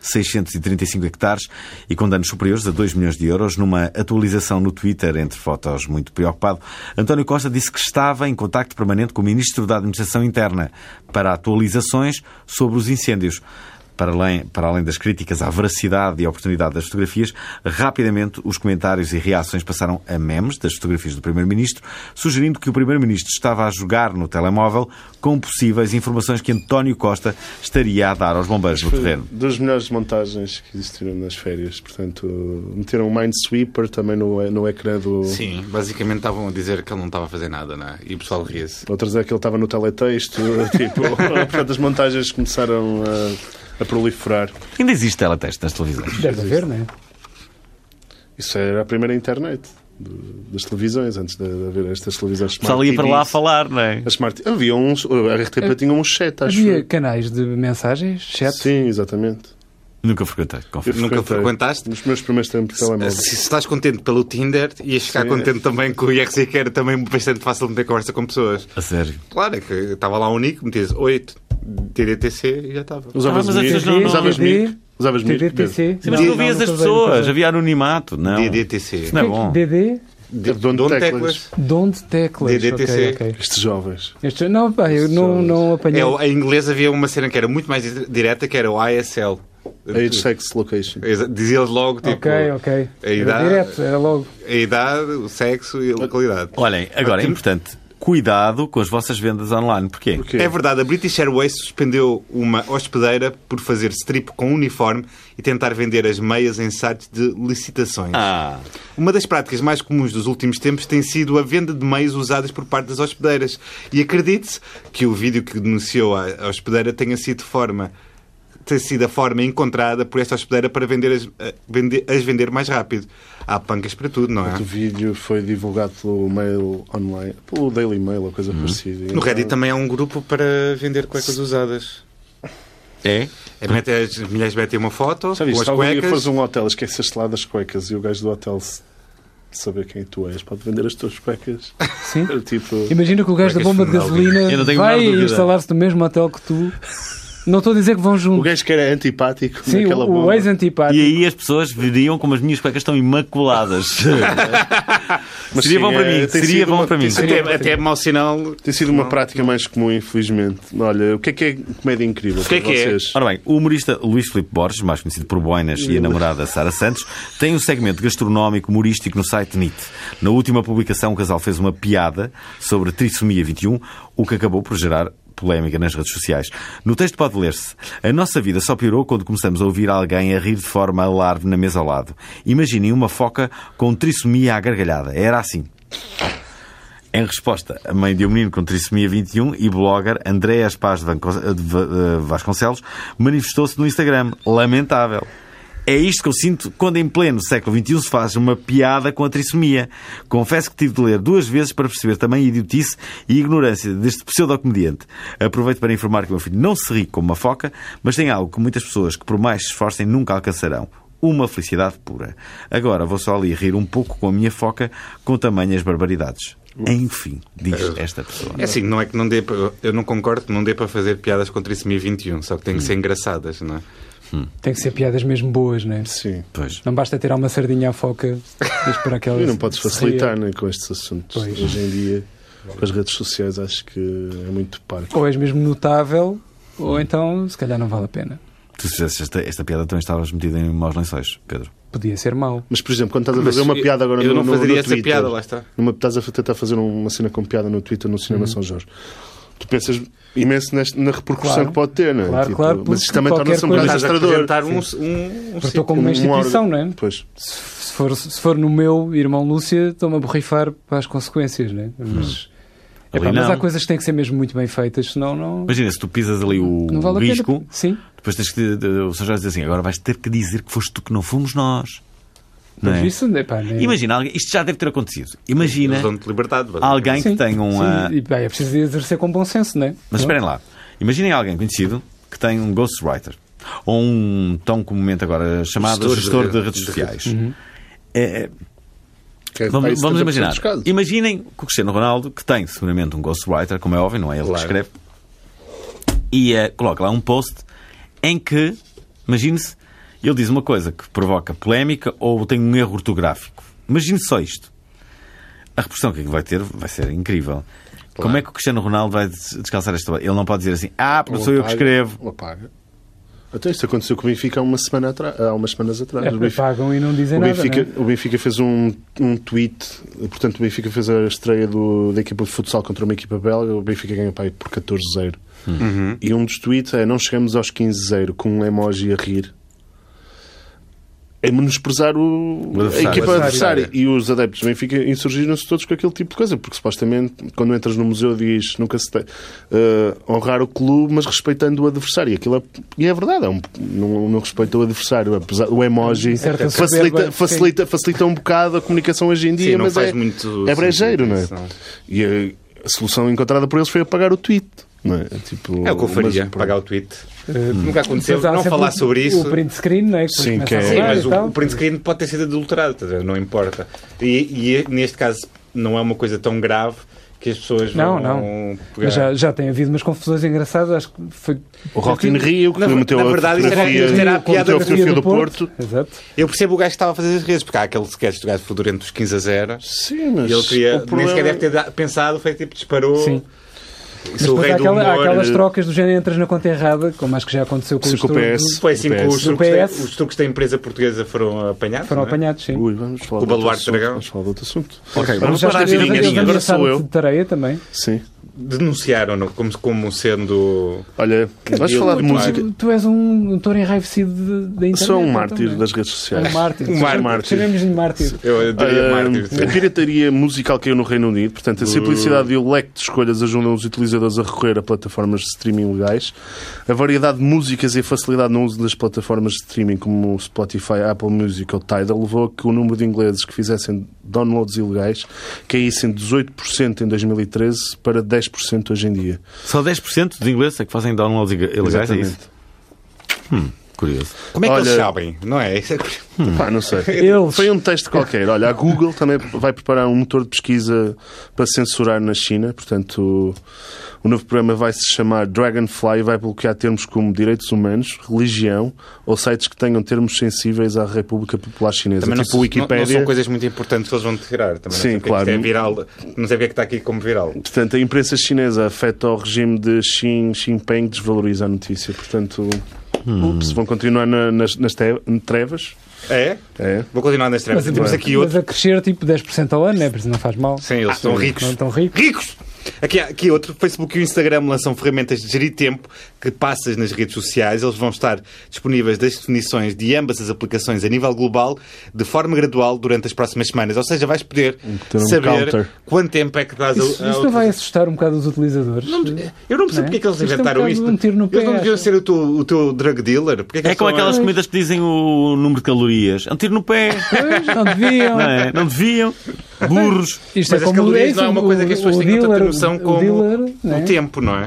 Speaker 3: 27.635 hectares e com danos superiores a 2 milhões de euros. Numa atualização no Twitter, entre fotos muito preocupado, António Costa disse que estava em contacto permanente com o Ministro da Administração Interna para atualizações sobre os incêndios. Para além, para além das críticas à veracidade e à oportunidade das fotografias, rapidamente os comentários e reações passaram a memes das fotografias do Primeiro-Ministro, sugerindo que o Primeiro-Ministro estava a jogar no telemóvel com possíveis informações que António Costa estaria a dar aos bombeiros no terreno.
Speaker 2: Das melhores montagens que existiram nas férias. Portanto, meteram o Minesweeper também no, no ecrã do.
Speaker 4: Sim, basicamente estavam a dizer que ele não estava a fazer nada, não é? E o pessoal ria-se.
Speaker 2: Outras é que ele estava no teletexto. <laughs>
Speaker 4: <laughs>
Speaker 2: tipo, portanto, as montagens começaram a, a proliferar.
Speaker 3: Ainda existe teletexto nas televisões.
Speaker 7: Deve haver, não é?
Speaker 2: Isso era a primeira internet do- das televisões, antes de de haver estas televisões
Speaker 3: O
Speaker 2: smart.
Speaker 3: pessoal ia para lá a
Speaker 2: TVs.
Speaker 3: falar, não é?
Speaker 2: As smart... Havia uns. A RTP tinha um chat, acho.
Speaker 7: Havia
Speaker 2: eu.
Speaker 7: canais de mensagens, chat.
Speaker 2: Sim, exatamente.
Speaker 3: Nunca frequentei, confesso.
Speaker 4: Nunca
Speaker 2: frequentei.
Speaker 4: frequentaste?
Speaker 2: Nos meus primeiros tempos de telemóvel.
Speaker 4: Eh, Se estás contente pelo Tinder, ias ficar
Speaker 2: Sim.
Speaker 4: contente também com o IRC, que era também bastante fácil de meter conversa com pessoas.
Speaker 3: A sério.
Speaker 4: Claro, é que estava lá o Nico, metias 8, TDTC e já estava.
Speaker 2: Usavas
Speaker 3: Ah, mas as
Speaker 2: mic?
Speaker 3: pessoas não- não-
Speaker 2: Usavas mic? Usavas mic?
Speaker 7: DDTC.
Speaker 3: Sim, mas tu ouvias as pessoas, havia anonimato. Não.
Speaker 4: DDTC.
Speaker 3: Isso não é bom.
Speaker 7: DD,
Speaker 2: De- Dono
Speaker 4: é
Speaker 2: de teclas.
Speaker 7: Don't Teclas.
Speaker 4: DDTC.
Speaker 7: ok, ok.
Speaker 2: Estes jovens.
Speaker 7: Este- não, pá, eu não, não apanhei.
Speaker 4: É, o- em inglês havia uma cena que era muito mais direta, que era o ISL.
Speaker 2: Age, sex, location.
Speaker 4: Exa- Dizia logo, tipo,
Speaker 7: É ok, ok.
Speaker 4: a
Speaker 7: Era
Speaker 4: idade-
Speaker 7: direto, era logo.
Speaker 4: a idade, o sexo e a localidade.
Speaker 3: Olhem, agora é importante. Cuidado com as vossas vendas online. Porquê?
Speaker 2: Porquê?
Speaker 4: É verdade, a British Airways suspendeu uma hospedeira por fazer strip com uniforme e tentar vender as meias em sites de licitações.
Speaker 3: Ah,
Speaker 4: Uma das práticas mais comuns dos últimos tempos tem sido a venda de meias usadas por parte das hospedeiras. E acredite-se que o vídeo que denunciou a a hospedeira tenha sido forma ter sido a forma encontrada por esta hospedeira para vender as, a- vender, as vender mais rápido. Há pancas para tudo, não é?
Speaker 2: O vídeo foi divulgado pelo Mail Online, pelo Daily Mail ou coisa parecida.
Speaker 4: Uhum. No
Speaker 2: Então,
Speaker 4: Reddit também há um grupo para vender cuecas usadas.
Speaker 3: é?
Speaker 4: É, metem- as mulheres metem uma foto
Speaker 2: Já viste, se
Speaker 4: com as
Speaker 2: algum dia
Speaker 4: cuecas.
Speaker 2: fores a um hotel, esqueces lá das cuecas e o gajo do hotel se- saber quem tu és, pode vender as tuas
Speaker 4: <laughs>
Speaker 2: cuecas.
Speaker 7: Sim.
Speaker 2: tipo,
Speaker 7: Imagina que o gajo da
Speaker 4: Como é que
Speaker 7: bomba de
Speaker 4: isso me dá
Speaker 7: gasolina
Speaker 3: Eu não tenho a
Speaker 7: vai
Speaker 3: menor dúvida.
Speaker 7: instalar-se no mesmo hotel que tu. Não estou a dizer que vão
Speaker 2: o
Speaker 7: juntos.
Speaker 2: gajo que era antipático
Speaker 7: Sim,
Speaker 2: naquela
Speaker 7: o,
Speaker 2: bomba.
Speaker 7: o ex-antipático.
Speaker 3: E aí as pessoas veriam como as minhas cuecas estão imaculadas. <laughs>
Speaker 2: Mas
Speaker 3: seria
Speaker 2: sim,
Speaker 3: bom para mim.
Speaker 2: é, tem
Speaker 3: Seria
Speaker 2: sido
Speaker 3: bom
Speaker 2: uma-
Speaker 3: para
Speaker 2: tem
Speaker 3: mim.
Speaker 2: sido
Speaker 4: Até, até é mau sinal.
Speaker 2: Tem sido uma prática mais comum, infelizmente. Olha, o que é que é comédia incrível o
Speaker 4: que é
Speaker 2: para
Speaker 4: que é?
Speaker 2: vocês?
Speaker 3: Ora bem, o humorista Luís Filipe Borges, mais conhecido por Boinas e a namorada Sara Santos, tem um segmento gastronómico humorístico no site NIT. Na última publicação, o casal fez uma piada sobre trissomia 21, o que acabou por gerar polémica nas redes sociais. No texto pode ler-se: A nossa vida só piorou quando começamos a ouvir alguém a rir de forma alarve na mesa ao lado. Imaginem uma foca com trissomia à gargalhada. Era assim. Em resposta, a mãe de um menino com trissomia 21 e blogger Andréas Paz de Vanco- eh, de Va- de Vasconcelos manifestou-se no Instagram. Lamentável. É isto que eu sinto quando em pleno século XXI se faz uma piada com a trissomia. Confesso que tive de ler duas vezes para perceber também a idiotice e ignorância deste pseudocomediante. Aproveito para informar que o meu filho não se ri como uma foca, mas tem algo que muitas pessoas que por mais se esforcem nunca alcançarão. Uma felicidade pura. Agora vou só ali rir um pouco com a minha foca com tamanhas barbaridades. Enfim, diz esta pessoa.
Speaker 4: É assim, não é que não dê para. Eu não concordo que não dê para fazer piadas com trissomia 21, só que tem que ser engraçadas, não é?
Speaker 7: Tem que ser piadas mesmo boas, não é?
Speaker 2: Sim.
Speaker 3: Pois.
Speaker 7: Não basta tirar uma sardinha à foca e esperar que ela
Speaker 2: E não podes
Speaker 7: se ria.
Speaker 2: facilitar né, com estes assuntos.
Speaker 7: Pois.
Speaker 2: Hoje em dia, com as redes sociais, acho que é muito parco.
Speaker 7: Ou és mesmo notável, ou então se calhar não vale a pena.
Speaker 3: Tu se fizesse esta, esta piada, também estavas metido em maus lençóis, Pedro.
Speaker 7: Podia ser mau.
Speaker 2: Mas, por exemplo, quando estás a
Speaker 4: Mas
Speaker 2: fazer uma
Speaker 4: eu-
Speaker 2: piada agora
Speaker 4: eu
Speaker 2: no,
Speaker 4: não
Speaker 2: no-
Speaker 4: fazeria
Speaker 2: no
Speaker 4: essa
Speaker 2: Twitter,
Speaker 4: piada, lá está.
Speaker 2: Numa, estás a tentar fazer uma cena com piada no Twitter, no Cinema
Speaker 7: Uhum.
Speaker 2: São Jorge. Tu pensas imenso neste- na repercussão
Speaker 7: Claro.
Speaker 2: que pode ter, não é?
Speaker 7: Claro, claro, porque
Speaker 2: mas isto também
Speaker 7: qualquer
Speaker 2: torna-se um bocado
Speaker 7: coisa-
Speaker 4: Estás a
Speaker 2: assustador.
Speaker 4: apresentar um, um, um
Speaker 7: Porque estou como uma
Speaker 2: Um órgão.
Speaker 7: instituição, não é?
Speaker 2: Pois.
Speaker 7: Se for, se for no meu irmão Lúcia, estou-me a borrifar para as consequências, não é? Mas,
Speaker 3: Ali
Speaker 7: Epá, mas
Speaker 3: não.
Speaker 7: há coisas que têm que ser mesmo muito bem feitas, senão não,
Speaker 3: Imagina, se tu pisas ali o
Speaker 7: não vale a
Speaker 3: risco,
Speaker 7: pena. Sim.
Speaker 3: depois tens que. O São Jorge diz assim: agora vais ter que dizer que foste tu que não fomos nós. Não
Speaker 7: Mas
Speaker 3: é?
Speaker 7: isso, epá, não é-
Speaker 3: Imagina, alguém- isto já deve ter acontecido.
Speaker 7: né?
Speaker 3: Imagina
Speaker 4: Dão-te liberdade. basicamente.
Speaker 3: alguém que
Speaker 7: Sim,
Speaker 3: tenha um.
Speaker 7: sim,
Speaker 3: ah,
Speaker 7: e, pá, é preciso exercer com bom senso, não é?
Speaker 3: Mas esperem lá. Imaginem alguém conhecido que tem um ghostwriter ou um tão comumente agora chamado
Speaker 4: Gestor de
Speaker 3: gestor, de,
Speaker 4: rede-
Speaker 3: redes
Speaker 4: de
Speaker 3: sociais. É, é,
Speaker 2: Que é- aí
Speaker 3: vamos
Speaker 2: 70%
Speaker 3: vamos imaginar.
Speaker 2: dos casos.
Speaker 3: Imaginem que o Cristiano Ronaldo, que tem seguramente um ghostwriter, como é óbvio, não é ele que escreve, e eh, coloca lá um post em que, imagine-se, ele diz uma coisa que provoca polémica ou tem um erro ortográfico. Imagine só isto. A repercussão que aquilo vai ter vai ser incrível. Como é que o Cristiano Ronaldo vai des- descalçar esta bola? Ele não pode dizer assim, ah, porque
Speaker 2: Ou
Speaker 3: sou eu que
Speaker 2: apaga-
Speaker 3: escrevo.
Speaker 2: ou apaga. Até Então, isto aconteceu com o Benfica há, uma semana atrás, há umas semanas atrás.
Speaker 7: É,
Speaker 2: O Benfica-
Speaker 7: pagam e não dizem
Speaker 2: O
Speaker 7: nada.
Speaker 2: Benfica,
Speaker 7: não
Speaker 2: o
Speaker 7: é?
Speaker 2: Benfica fez um, um tweet, portanto, o Benfica fez a estreia do- da equipa de futsal contra uma equipa belga. O Benfica ganha pai por 14-0.
Speaker 4: Uhum.
Speaker 2: E um dos tweets é: Não chegamos aos 15-0 com um emoji a rir. É menosprezar o,
Speaker 3: O
Speaker 2: a
Speaker 3: adversário.
Speaker 2: equipa
Speaker 4: O adversário. é.
Speaker 2: adversária. E os adeptos do Benfica insurgiram-se todos com aquele tipo de coisa, porque supostamente quando entras no museu diz nunca se tem, eh, honrar o clube, mas respeitando o adversário. E, aquilo é, e é verdade, é um- não, não respeita o adversário. apesar- o emoji
Speaker 7: Certa
Speaker 4: é,
Speaker 7: soberba,
Speaker 2: facilita, facilita facilita, facilita um bocado a comunicação hoje em dia,
Speaker 4: Sim, não
Speaker 2: mas
Speaker 4: faz
Speaker 2: é,
Speaker 4: muito
Speaker 2: é brejeiro, não é?
Speaker 4: sentido, não.
Speaker 2: E a, a solução encontrada por eles foi apagar o tweet. Não é? Tipo,
Speaker 4: É o que eu faria,
Speaker 2: mas-
Speaker 4: pagar o tweet.
Speaker 7: Eh,
Speaker 4: Nunca aconteceu,
Speaker 7: Mas há
Speaker 4: não
Speaker 7: sempre
Speaker 4: falar
Speaker 7: o-
Speaker 4: sobre isso.
Speaker 7: O print então. screen, não é? Que
Speaker 2: Sim,
Speaker 7: começa
Speaker 2: que é-
Speaker 7: a
Speaker 4: Sim,
Speaker 7: rodar
Speaker 4: mas
Speaker 7: e
Speaker 4: o,
Speaker 7: tal.
Speaker 4: um o print screen pode ter sido adulterado, estás a ver? não importa. E, e neste caso não é uma coisa tão grave que as pessoas vão
Speaker 7: Não, não.
Speaker 4: pegar.
Speaker 7: Mas já, já tem havido umas confusões engraças, acho que foi.
Speaker 2: O Rock in Rio, que
Speaker 4: Na-
Speaker 2: meteu
Speaker 4: na
Speaker 2: a
Speaker 4: verdade, isso era-
Speaker 2: fotografia,
Speaker 4: isso era a
Speaker 2: meteu
Speaker 4: piada
Speaker 2: a
Speaker 4: da
Speaker 2: fotografia
Speaker 7: Fotografia
Speaker 2: do Porto.
Speaker 7: Exato.
Speaker 4: Eu percebo o gajo que estava a fazer as vezes, porque há aquele sketch do gajo fedorento dos 15 a 0
Speaker 2: Sim,
Speaker 4: e
Speaker 2: mas
Speaker 4: ele queria,
Speaker 2: o
Speaker 4: nem sequer é
Speaker 2: problema- é
Speaker 4: deve ter da- pensado, foi tipo, disparou.
Speaker 7: Sim. Mas
Speaker 4: Isso o
Speaker 7: depois
Speaker 4: rei
Speaker 7: há,
Speaker 4: do
Speaker 7: aquela- há
Speaker 4: humor.
Speaker 7: aquelas trocas do género entras na conta errada, como acho que já aconteceu com
Speaker 2: Sim,
Speaker 7: os
Speaker 2: com o
Speaker 7: truques
Speaker 2: PS.
Speaker 4: Foi assim
Speaker 2: Do
Speaker 4: que os
Speaker 2: PS.
Speaker 4: truques, da,
Speaker 7: Do PS.
Speaker 4: os truques da empresa portuguesa foram apanhados.
Speaker 7: que foram
Speaker 4: não é?
Speaker 7: apanhados, sim.
Speaker 2: Ui, vamos falar de outro
Speaker 4: O Baluarte
Speaker 2: assunto,
Speaker 4: Dragão.
Speaker 2: Vamos falar de outro assunto.
Speaker 3: Ok,
Speaker 7: Eu
Speaker 3: vamos
Speaker 7: já-
Speaker 3: parar as
Speaker 7: eu- eu- eu-
Speaker 3: girinhas.
Speaker 7: eu-
Speaker 2: Agora
Speaker 7: eu-
Speaker 2: sou eu.
Speaker 7: é de tareia também.
Speaker 2: Sim.
Speaker 4: Denunciaram-no como, como sendo.
Speaker 2: Olha, vamos
Speaker 4: Deus,
Speaker 2: falar de
Speaker 4: muito
Speaker 2: música.
Speaker 7: Tu, tu és um, um touro enraivecido de- da internet.
Speaker 2: Sou um
Speaker 7: então,
Speaker 2: mártir
Speaker 7: também.
Speaker 2: das redes
Speaker 7: Um
Speaker 2: sociais.
Speaker 7: mártir.
Speaker 4: Um
Speaker 7: Chamemos-
Speaker 2: mártir.
Speaker 7: Chamemos-lhe mártir.
Speaker 4: Eu diria
Speaker 2: Ah,
Speaker 4: mártir.
Speaker 2: a pirataria musical caiu no Reino Unido, portanto, a simplicidade e o leque de escolhas ajudam os utilizadores a recorrer a plataformas de streaming legais. A variedade de músicas e a facilidade no uso das plataformas de streaming como o Spotify, Apple Music ou Tidal levou a que o número de ingleses que fizessem downloads ilegais caísse em 18% em 2013 para 10% hoje em dia.
Speaker 3: Só 10% dos ingleses é que fazem downloads ilegais, é isso? Hum,
Speaker 2: Exatamente.
Speaker 3: Curioso.
Speaker 4: Como é que eles
Speaker 2: Olha-
Speaker 4: sabem? Não é? Isso é que-
Speaker 2: Pá, não <laughs> sei.
Speaker 7: Eles.
Speaker 2: Foi um texto qualquer. Olha, a Google também vai preparar um motor de pesquisa para censurar na China. Portanto, o, o novo programa vai se chamar Dragonfly e vai bloquear termos como direitos humanos, religião ou sites que tenham termos sensíveis à República Popular Chinesa.
Speaker 4: Também não,
Speaker 2: tipo
Speaker 4: não- não
Speaker 2: Wikipédia.
Speaker 4: são coisas muito importantes que eles vão tirar. Também
Speaker 2: Sim,
Speaker 4: não sei porque
Speaker 2: claro.
Speaker 4: isto é viral. Não sei porque é que está aqui como viral.
Speaker 2: Portanto, a imprensa chinesa afeta o regime de Xi Jinping desvaloriza a notícia. Portanto,
Speaker 4: Hum.
Speaker 2: ups, vão continuar na- nas, nas te- trevas.
Speaker 4: É?
Speaker 2: É.
Speaker 4: Vou continuar nas trevas. E Temos aqui
Speaker 7: mas
Speaker 4: outro.
Speaker 7: a crescer tipo 10% ao ano, é por isso não faz mal.
Speaker 4: Sim, eles estão ricos.
Speaker 7: Não é estão ricos.
Speaker 4: Ricos! Aqui, há- aqui outro, Facebook e o Instagram lançam ferramentas de gerir tempo que passas nas redes sociais. Eles vão estar disponíveis das definições de ambas as aplicações a nível global de forma gradual durante as próximas semanas. Ou seja, vais poder
Speaker 2: ter um
Speaker 4: saber
Speaker 2: counter.
Speaker 4: quanto tempo é que dás a-
Speaker 7: Isso,
Speaker 4: a,
Speaker 7: isso não vai assustar um bocado os utilizadores?
Speaker 4: Eu não percebo
Speaker 7: Não é?
Speaker 4: porque é que eles
Speaker 7: Isto é um
Speaker 4: inventaram
Speaker 7: bocado
Speaker 4: isto.
Speaker 7: um tiro no pé,
Speaker 4: eles não deviam
Speaker 7: acho.
Speaker 4: ser o teu, o teu drug dealer. Porque é que
Speaker 3: É
Speaker 4: eles
Speaker 3: como
Speaker 4: são-
Speaker 3: aquelas comidas que dizem o número de calorias. É um tiro no pé.
Speaker 7: Pois, não deviam.
Speaker 3: Não, é? não deviam. Burros.
Speaker 4: Mas
Speaker 7: Isto é
Speaker 4: as
Speaker 7: como
Speaker 4: calorias
Speaker 7: isso,
Speaker 4: não é uma
Speaker 7: o-
Speaker 4: coisa que as pessoas
Speaker 7: o
Speaker 4: têm tanta
Speaker 7: dealer-
Speaker 4: noção como
Speaker 7: o dealer, não é?
Speaker 4: o tempo, não é?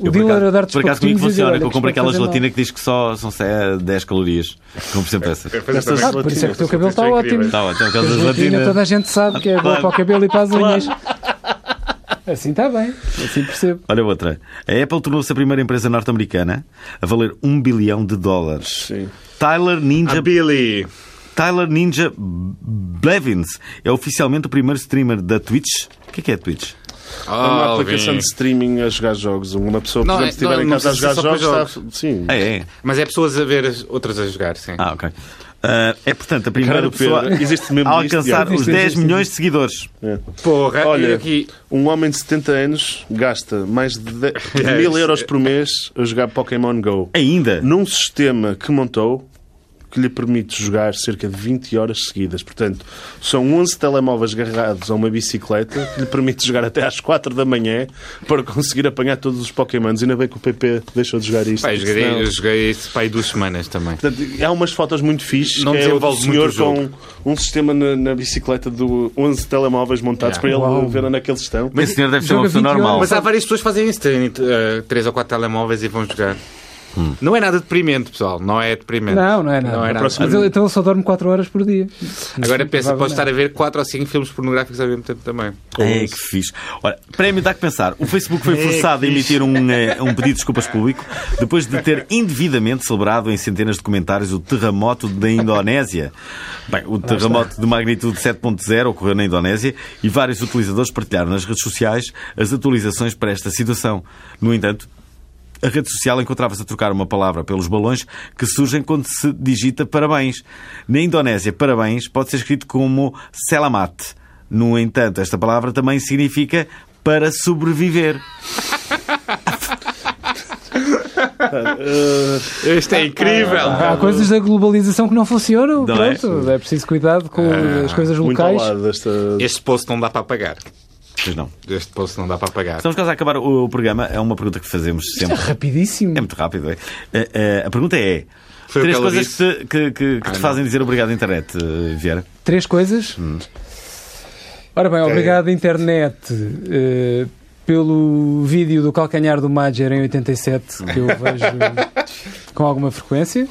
Speaker 7: O dealer a dar-te
Speaker 3: Por acaso comigo
Speaker 7: pacotinhos e dizer,
Speaker 3: funciona,
Speaker 7: olha,
Speaker 3: que eu
Speaker 7: que
Speaker 3: compro
Speaker 7: isto vai
Speaker 3: aquela
Speaker 7: fazer mal.
Speaker 3: gelatina que diz que só são se- 10 calorias. Compro sempre essas.
Speaker 2: Estas-
Speaker 7: Ah, por isso é que o teu cabelo está
Speaker 4: São
Speaker 7: ótimo.
Speaker 4: incríveis.
Speaker 3: Tá bom, então
Speaker 7: A
Speaker 3: aquelas
Speaker 7: gelatina toda
Speaker 3: gelatinas.
Speaker 7: a gente sabe que é boa
Speaker 3: Claro.
Speaker 7: para o cabelo e para as unhas. Assim está bem, assim percebo.
Speaker 3: Olha outra. A Apple tornou-se a primeira empresa norte-americana a valer 1 bilhão de dólares.
Speaker 2: Sim.
Speaker 3: Tyler
Speaker 2: Ah,
Speaker 3: Ninja
Speaker 4: A Billy.
Speaker 3: Tyler Ninja Blevins é oficialmente o primeiro streamer da Twitch. O que é que é Twitch?
Speaker 2: É
Speaker 4: Ah,
Speaker 2: uma aplicação de streaming a jogar jogos. Uma pessoa, por
Speaker 4: Não,
Speaker 2: exemplo,
Speaker 4: é-
Speaker 2: se estiver
Speaker 4: não,
Speaker 2: em
Speaker 4: não
Speaker 2: casa a jogar
Speaker 4: precisa ser só
Speaker 2: jogos,
Speaker 4: para
Speaker 2: está- sim.
Speaker 3: Ah, é?
Speaker 4: Mas é pessoas a ver as outras a jogar, sim.
Speaker 3: Ah, ok. Ah, é, portanto, a primeira
Speaker 2: do Pedro.
Speaker 3: pessoa
Speaker 2: Existe mesmo
Speaker 3: a
Speaker 2: isto,
Speaker 3: alcançar
Speaker 2: Diogo?
Speaker 3: os 10 milhões de seguidores.
Speaker 4: Porra,
Speaker 2: Olha,
Speaker 4: olha aqui.
Speaker 2: Um homem de 70 anos gasta mais de 10 mil euros por mês a jogar Pokémon Go.
Speaker 3: Ainda.
Speaker 2: Num sistema que montou que lhe permite jogar cerca de 20 horas seguidas. Portanto, são 11 telemóveis agarrados a uma bicicleta que lhe permite jogar até às 4 da manhã para conseguir apanhar todos os Pokémons. Ainda bem que o PP deixou de jogar isto.
Speaker 4: Pá, eu joguei,
Speaker 2: senão-
Speaker 4: eu joguei isso para aí duas semanas também.
Speaker 2: Portanto, há umas fotos muito fixes
Speaker 4: Não
Speaker 2: que é o
Speaker 4: desenvolve muito
Speaker 2: senhor
Speaker 4: o jogo.
Speaker 2: com um sistema na, na bicicleta do 11 telemóveis montados
Speaker 4: Yeah.
Speaker 2: para ele
Speaker 7: Uau.
Speaker 2: ver onde é que eles estão.
Speaker 3: Mas o senhor deve ser uma
Speaker 7: joga
Speaker 3: pessoa
Speaker 7: 20
Speaker 3: normal.
Speaker 7: horas.
Speaker 4: Mas há várias pessoas que fazem isso, têm eh, três ou quatro telemóveis e vão jogar. Não é nada deprimente, pessoal. Não é deprimente.
Speaker 7: Não, não é nada.
Speaker 4: Não é nada.
Speaker 2: próxima-
Speaker 7: Mas eu, então eu só dormo 4 horas por dia.
Speaker 4: Agora pensa, podes estar
Speaker 7: Provavelmente.
Speaker 4: a ver quatro ou cinco filmes pornográficos ao mesmo tempo também.
Speaker 3: É, que fixe. Olha, prémio dá que pensar. O Facebook foi forçado a emitir um, eh, um pedido de desculpas público depois de ter indevidamente celebrado em centenas de comentários o terremoto da Indonésia. Bem, o terremoto de magnitude 7.0 ocorreu na Indonésia e vários utilizadores partilharam nas redes sociais as atualizações para esta situação. No entanto, a rede social encontrava-se a trocar uma palavra pelos balões que surgem quando se digita parabéns. Na Indonésia, parabéns pode ser escrito como selamat. No entanto, esta palavra também significa para sobreviver.
Speaker 4: Isto é incrível!
Speaker 7: Há coisas da globalização que não funcionam.
Speaker 3: Não é?
Speaker 7: Pronto, é? preciso cuidado com
Speaker 4: Ah,
Speaker 7: as coisas
Speaker 2: Muito ao
Speaker 7: locais.
Speaker 2: lado desta.
Speaker 4: Este post não dá para apagar.
Speaker 3: Pois não.
Speaker 4: Este post não dá para apagar.
Speaker 3: Estamos quase a acabar o o programa. É uma pergunta que fazemos
Speaker 4: <laughs>
Speaker 3: sempre.
Speaker 7: Rapidíssimo.
Speaker 3: É muito rápido, é? Eh, eh, a pergunta é...
Speaker 4: Foi o
Speaker 3: três
Speaker 4: que ela
Speaker 3: coisas que te, que- que- que te
Speaker 4: não.
Speaker 3: fazem dizer obrigado à internet, eh, Vieira.
Speaker 7: Três coisas. Ora bem, obrigado internet eh, pelo vídeo do calcanhar do Major em 87 que eu vejo com alguma frequência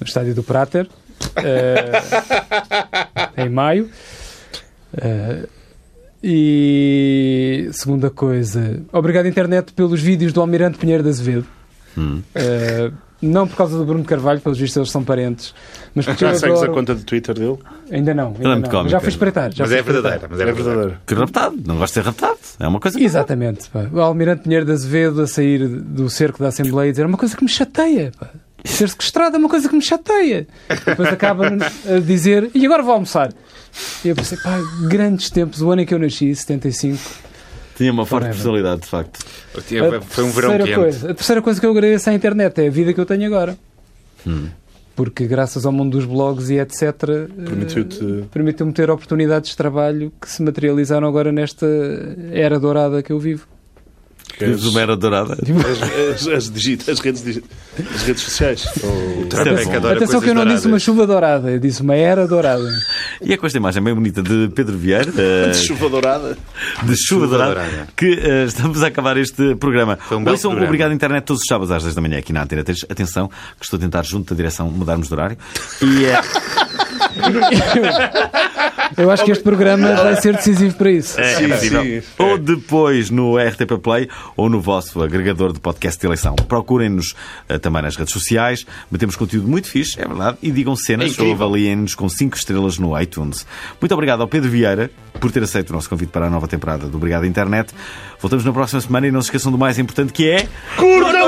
Speaker 7: no estádio do Prater eh, em maio. Eh, E segunda coisa, obrigado internet pelos vídeos do Almirante Pinheiro de Azevedo. Eh, não por causa do Bruno Carvalho, pelos vistos eles são parentes, mas porque
Speaker 2: <laughs>
Speaker 7: eu
Speaker 2: Já segues a
Speaker 7: adoro...
Speaker 2: conta do Twitter dele?
Speaker 7: Ainda não, ainda
Speaker 3: é
Speaker 7: não.
Speaker 3: muito cómico,
Speaker 7: já fui
Speaker 3: é.
Speaker 7: espreitar. Já
Speaker 4: Mas
Speaker 7: fui
Speaker 4: é
Speaker 7: espreitar.
Speaker 4: verdadeira. Mas é
Speaker 2: É
Speaker 4: verdadeira.
Speaker 2: verdadeiro.
Speaker 3: Que raptado, não gosto de ser raptado. É uma coisa.
Speaker 7: Exatamente. pá. O Almirante Pinheiro de Azevedo a sair do cerco da Assembleia e dizer "É uma coisa que me chateia. Pá. Ser sequestrado é uma coisa que me chateia. Depois acaba a dizer e agora vou almoçar. E eu pensei, pá, grandes tempos. O ano em que eu nasci, 75.
Speaker 3: Tinha uma forte
Speaker 7: Forever.
Speaker 3: personalidade, de facto.
Speaker 7: A
Speaker 4: Foi um verão
Speaker 7: terceira
Speaker 4: quente.
Speaker 7: coisa- a terceira coisa que eu agradeço à internet é a vida que eu tenho agora.
Speaker 3: Hum.
Speaker 7: Porque graças ao mundo dos blogs e etc. eh,
Speaker 2: Permitiu-te.
Speaker 7: Permitiu-me ter oportunidades de trabalho que se materializaram agora nesta era dourada que eu vivo.
Speaker 4: é
Speaker 3: Diz uma era dourada.
Speaker 2: As, as, as, digi- as redes, digi- as redes
Speaker 4: <laughs>
Speaker 2: sociais. Ou-
Speaker 4: Trump é que adora
Speaker 7: Atenção que eu
Speaker 4: coisas
Speaker 7: não disse uma
Speaker 4: douradas.
Speaker 7: chuva dourada, eu disse uma era dourada.
Speaker 3: E é com esta imagem bem bonita de Pedro
Speaker 4: <laughs>
Speaker 3: Vieira, eh,
Speaker 2: De chuva dourada.
Speaker 3: de chuva dourada,
Speaker 4: dourada.
Speaker 3: que eh, estamos a acabar este programa.
Speaker 4: Foi um belo
Speaker 3: Ouçam o
Speaker 4: programa.
Speaker 3: Obrigado Internet todos os sábados às 10 da manhã aqui na Antena 3. Atenção, que estou a tentar, junto da direção, mudarmos de horário. E, eh,
Speaker 7: Eu acho
Speaker 4: <laughs>
Speaker 7: que este programa vai ser decisivo para isso.
Speaker 3: É,
Speaker 2: Sim,
Speaker 3: é possível.
Speaker 2: sim.
Speaker 3: Ou depois no RTP Play ou no vosso agregador de podcast de eleição. Procurem-nos eh, também nas redes sociais. Metemos conteúdo muito fixe, é verdade. E digam cenas ou avaliem-nos com 5 estrelas no iTunes. Muito obrigado ao Pedro Vieira por ter aceito o nosso convite para a nova temporada do Obrigado Internet. Voltamos na próxima semana e não se esqueçam do mais importante que é.
Speaker 2: Curtam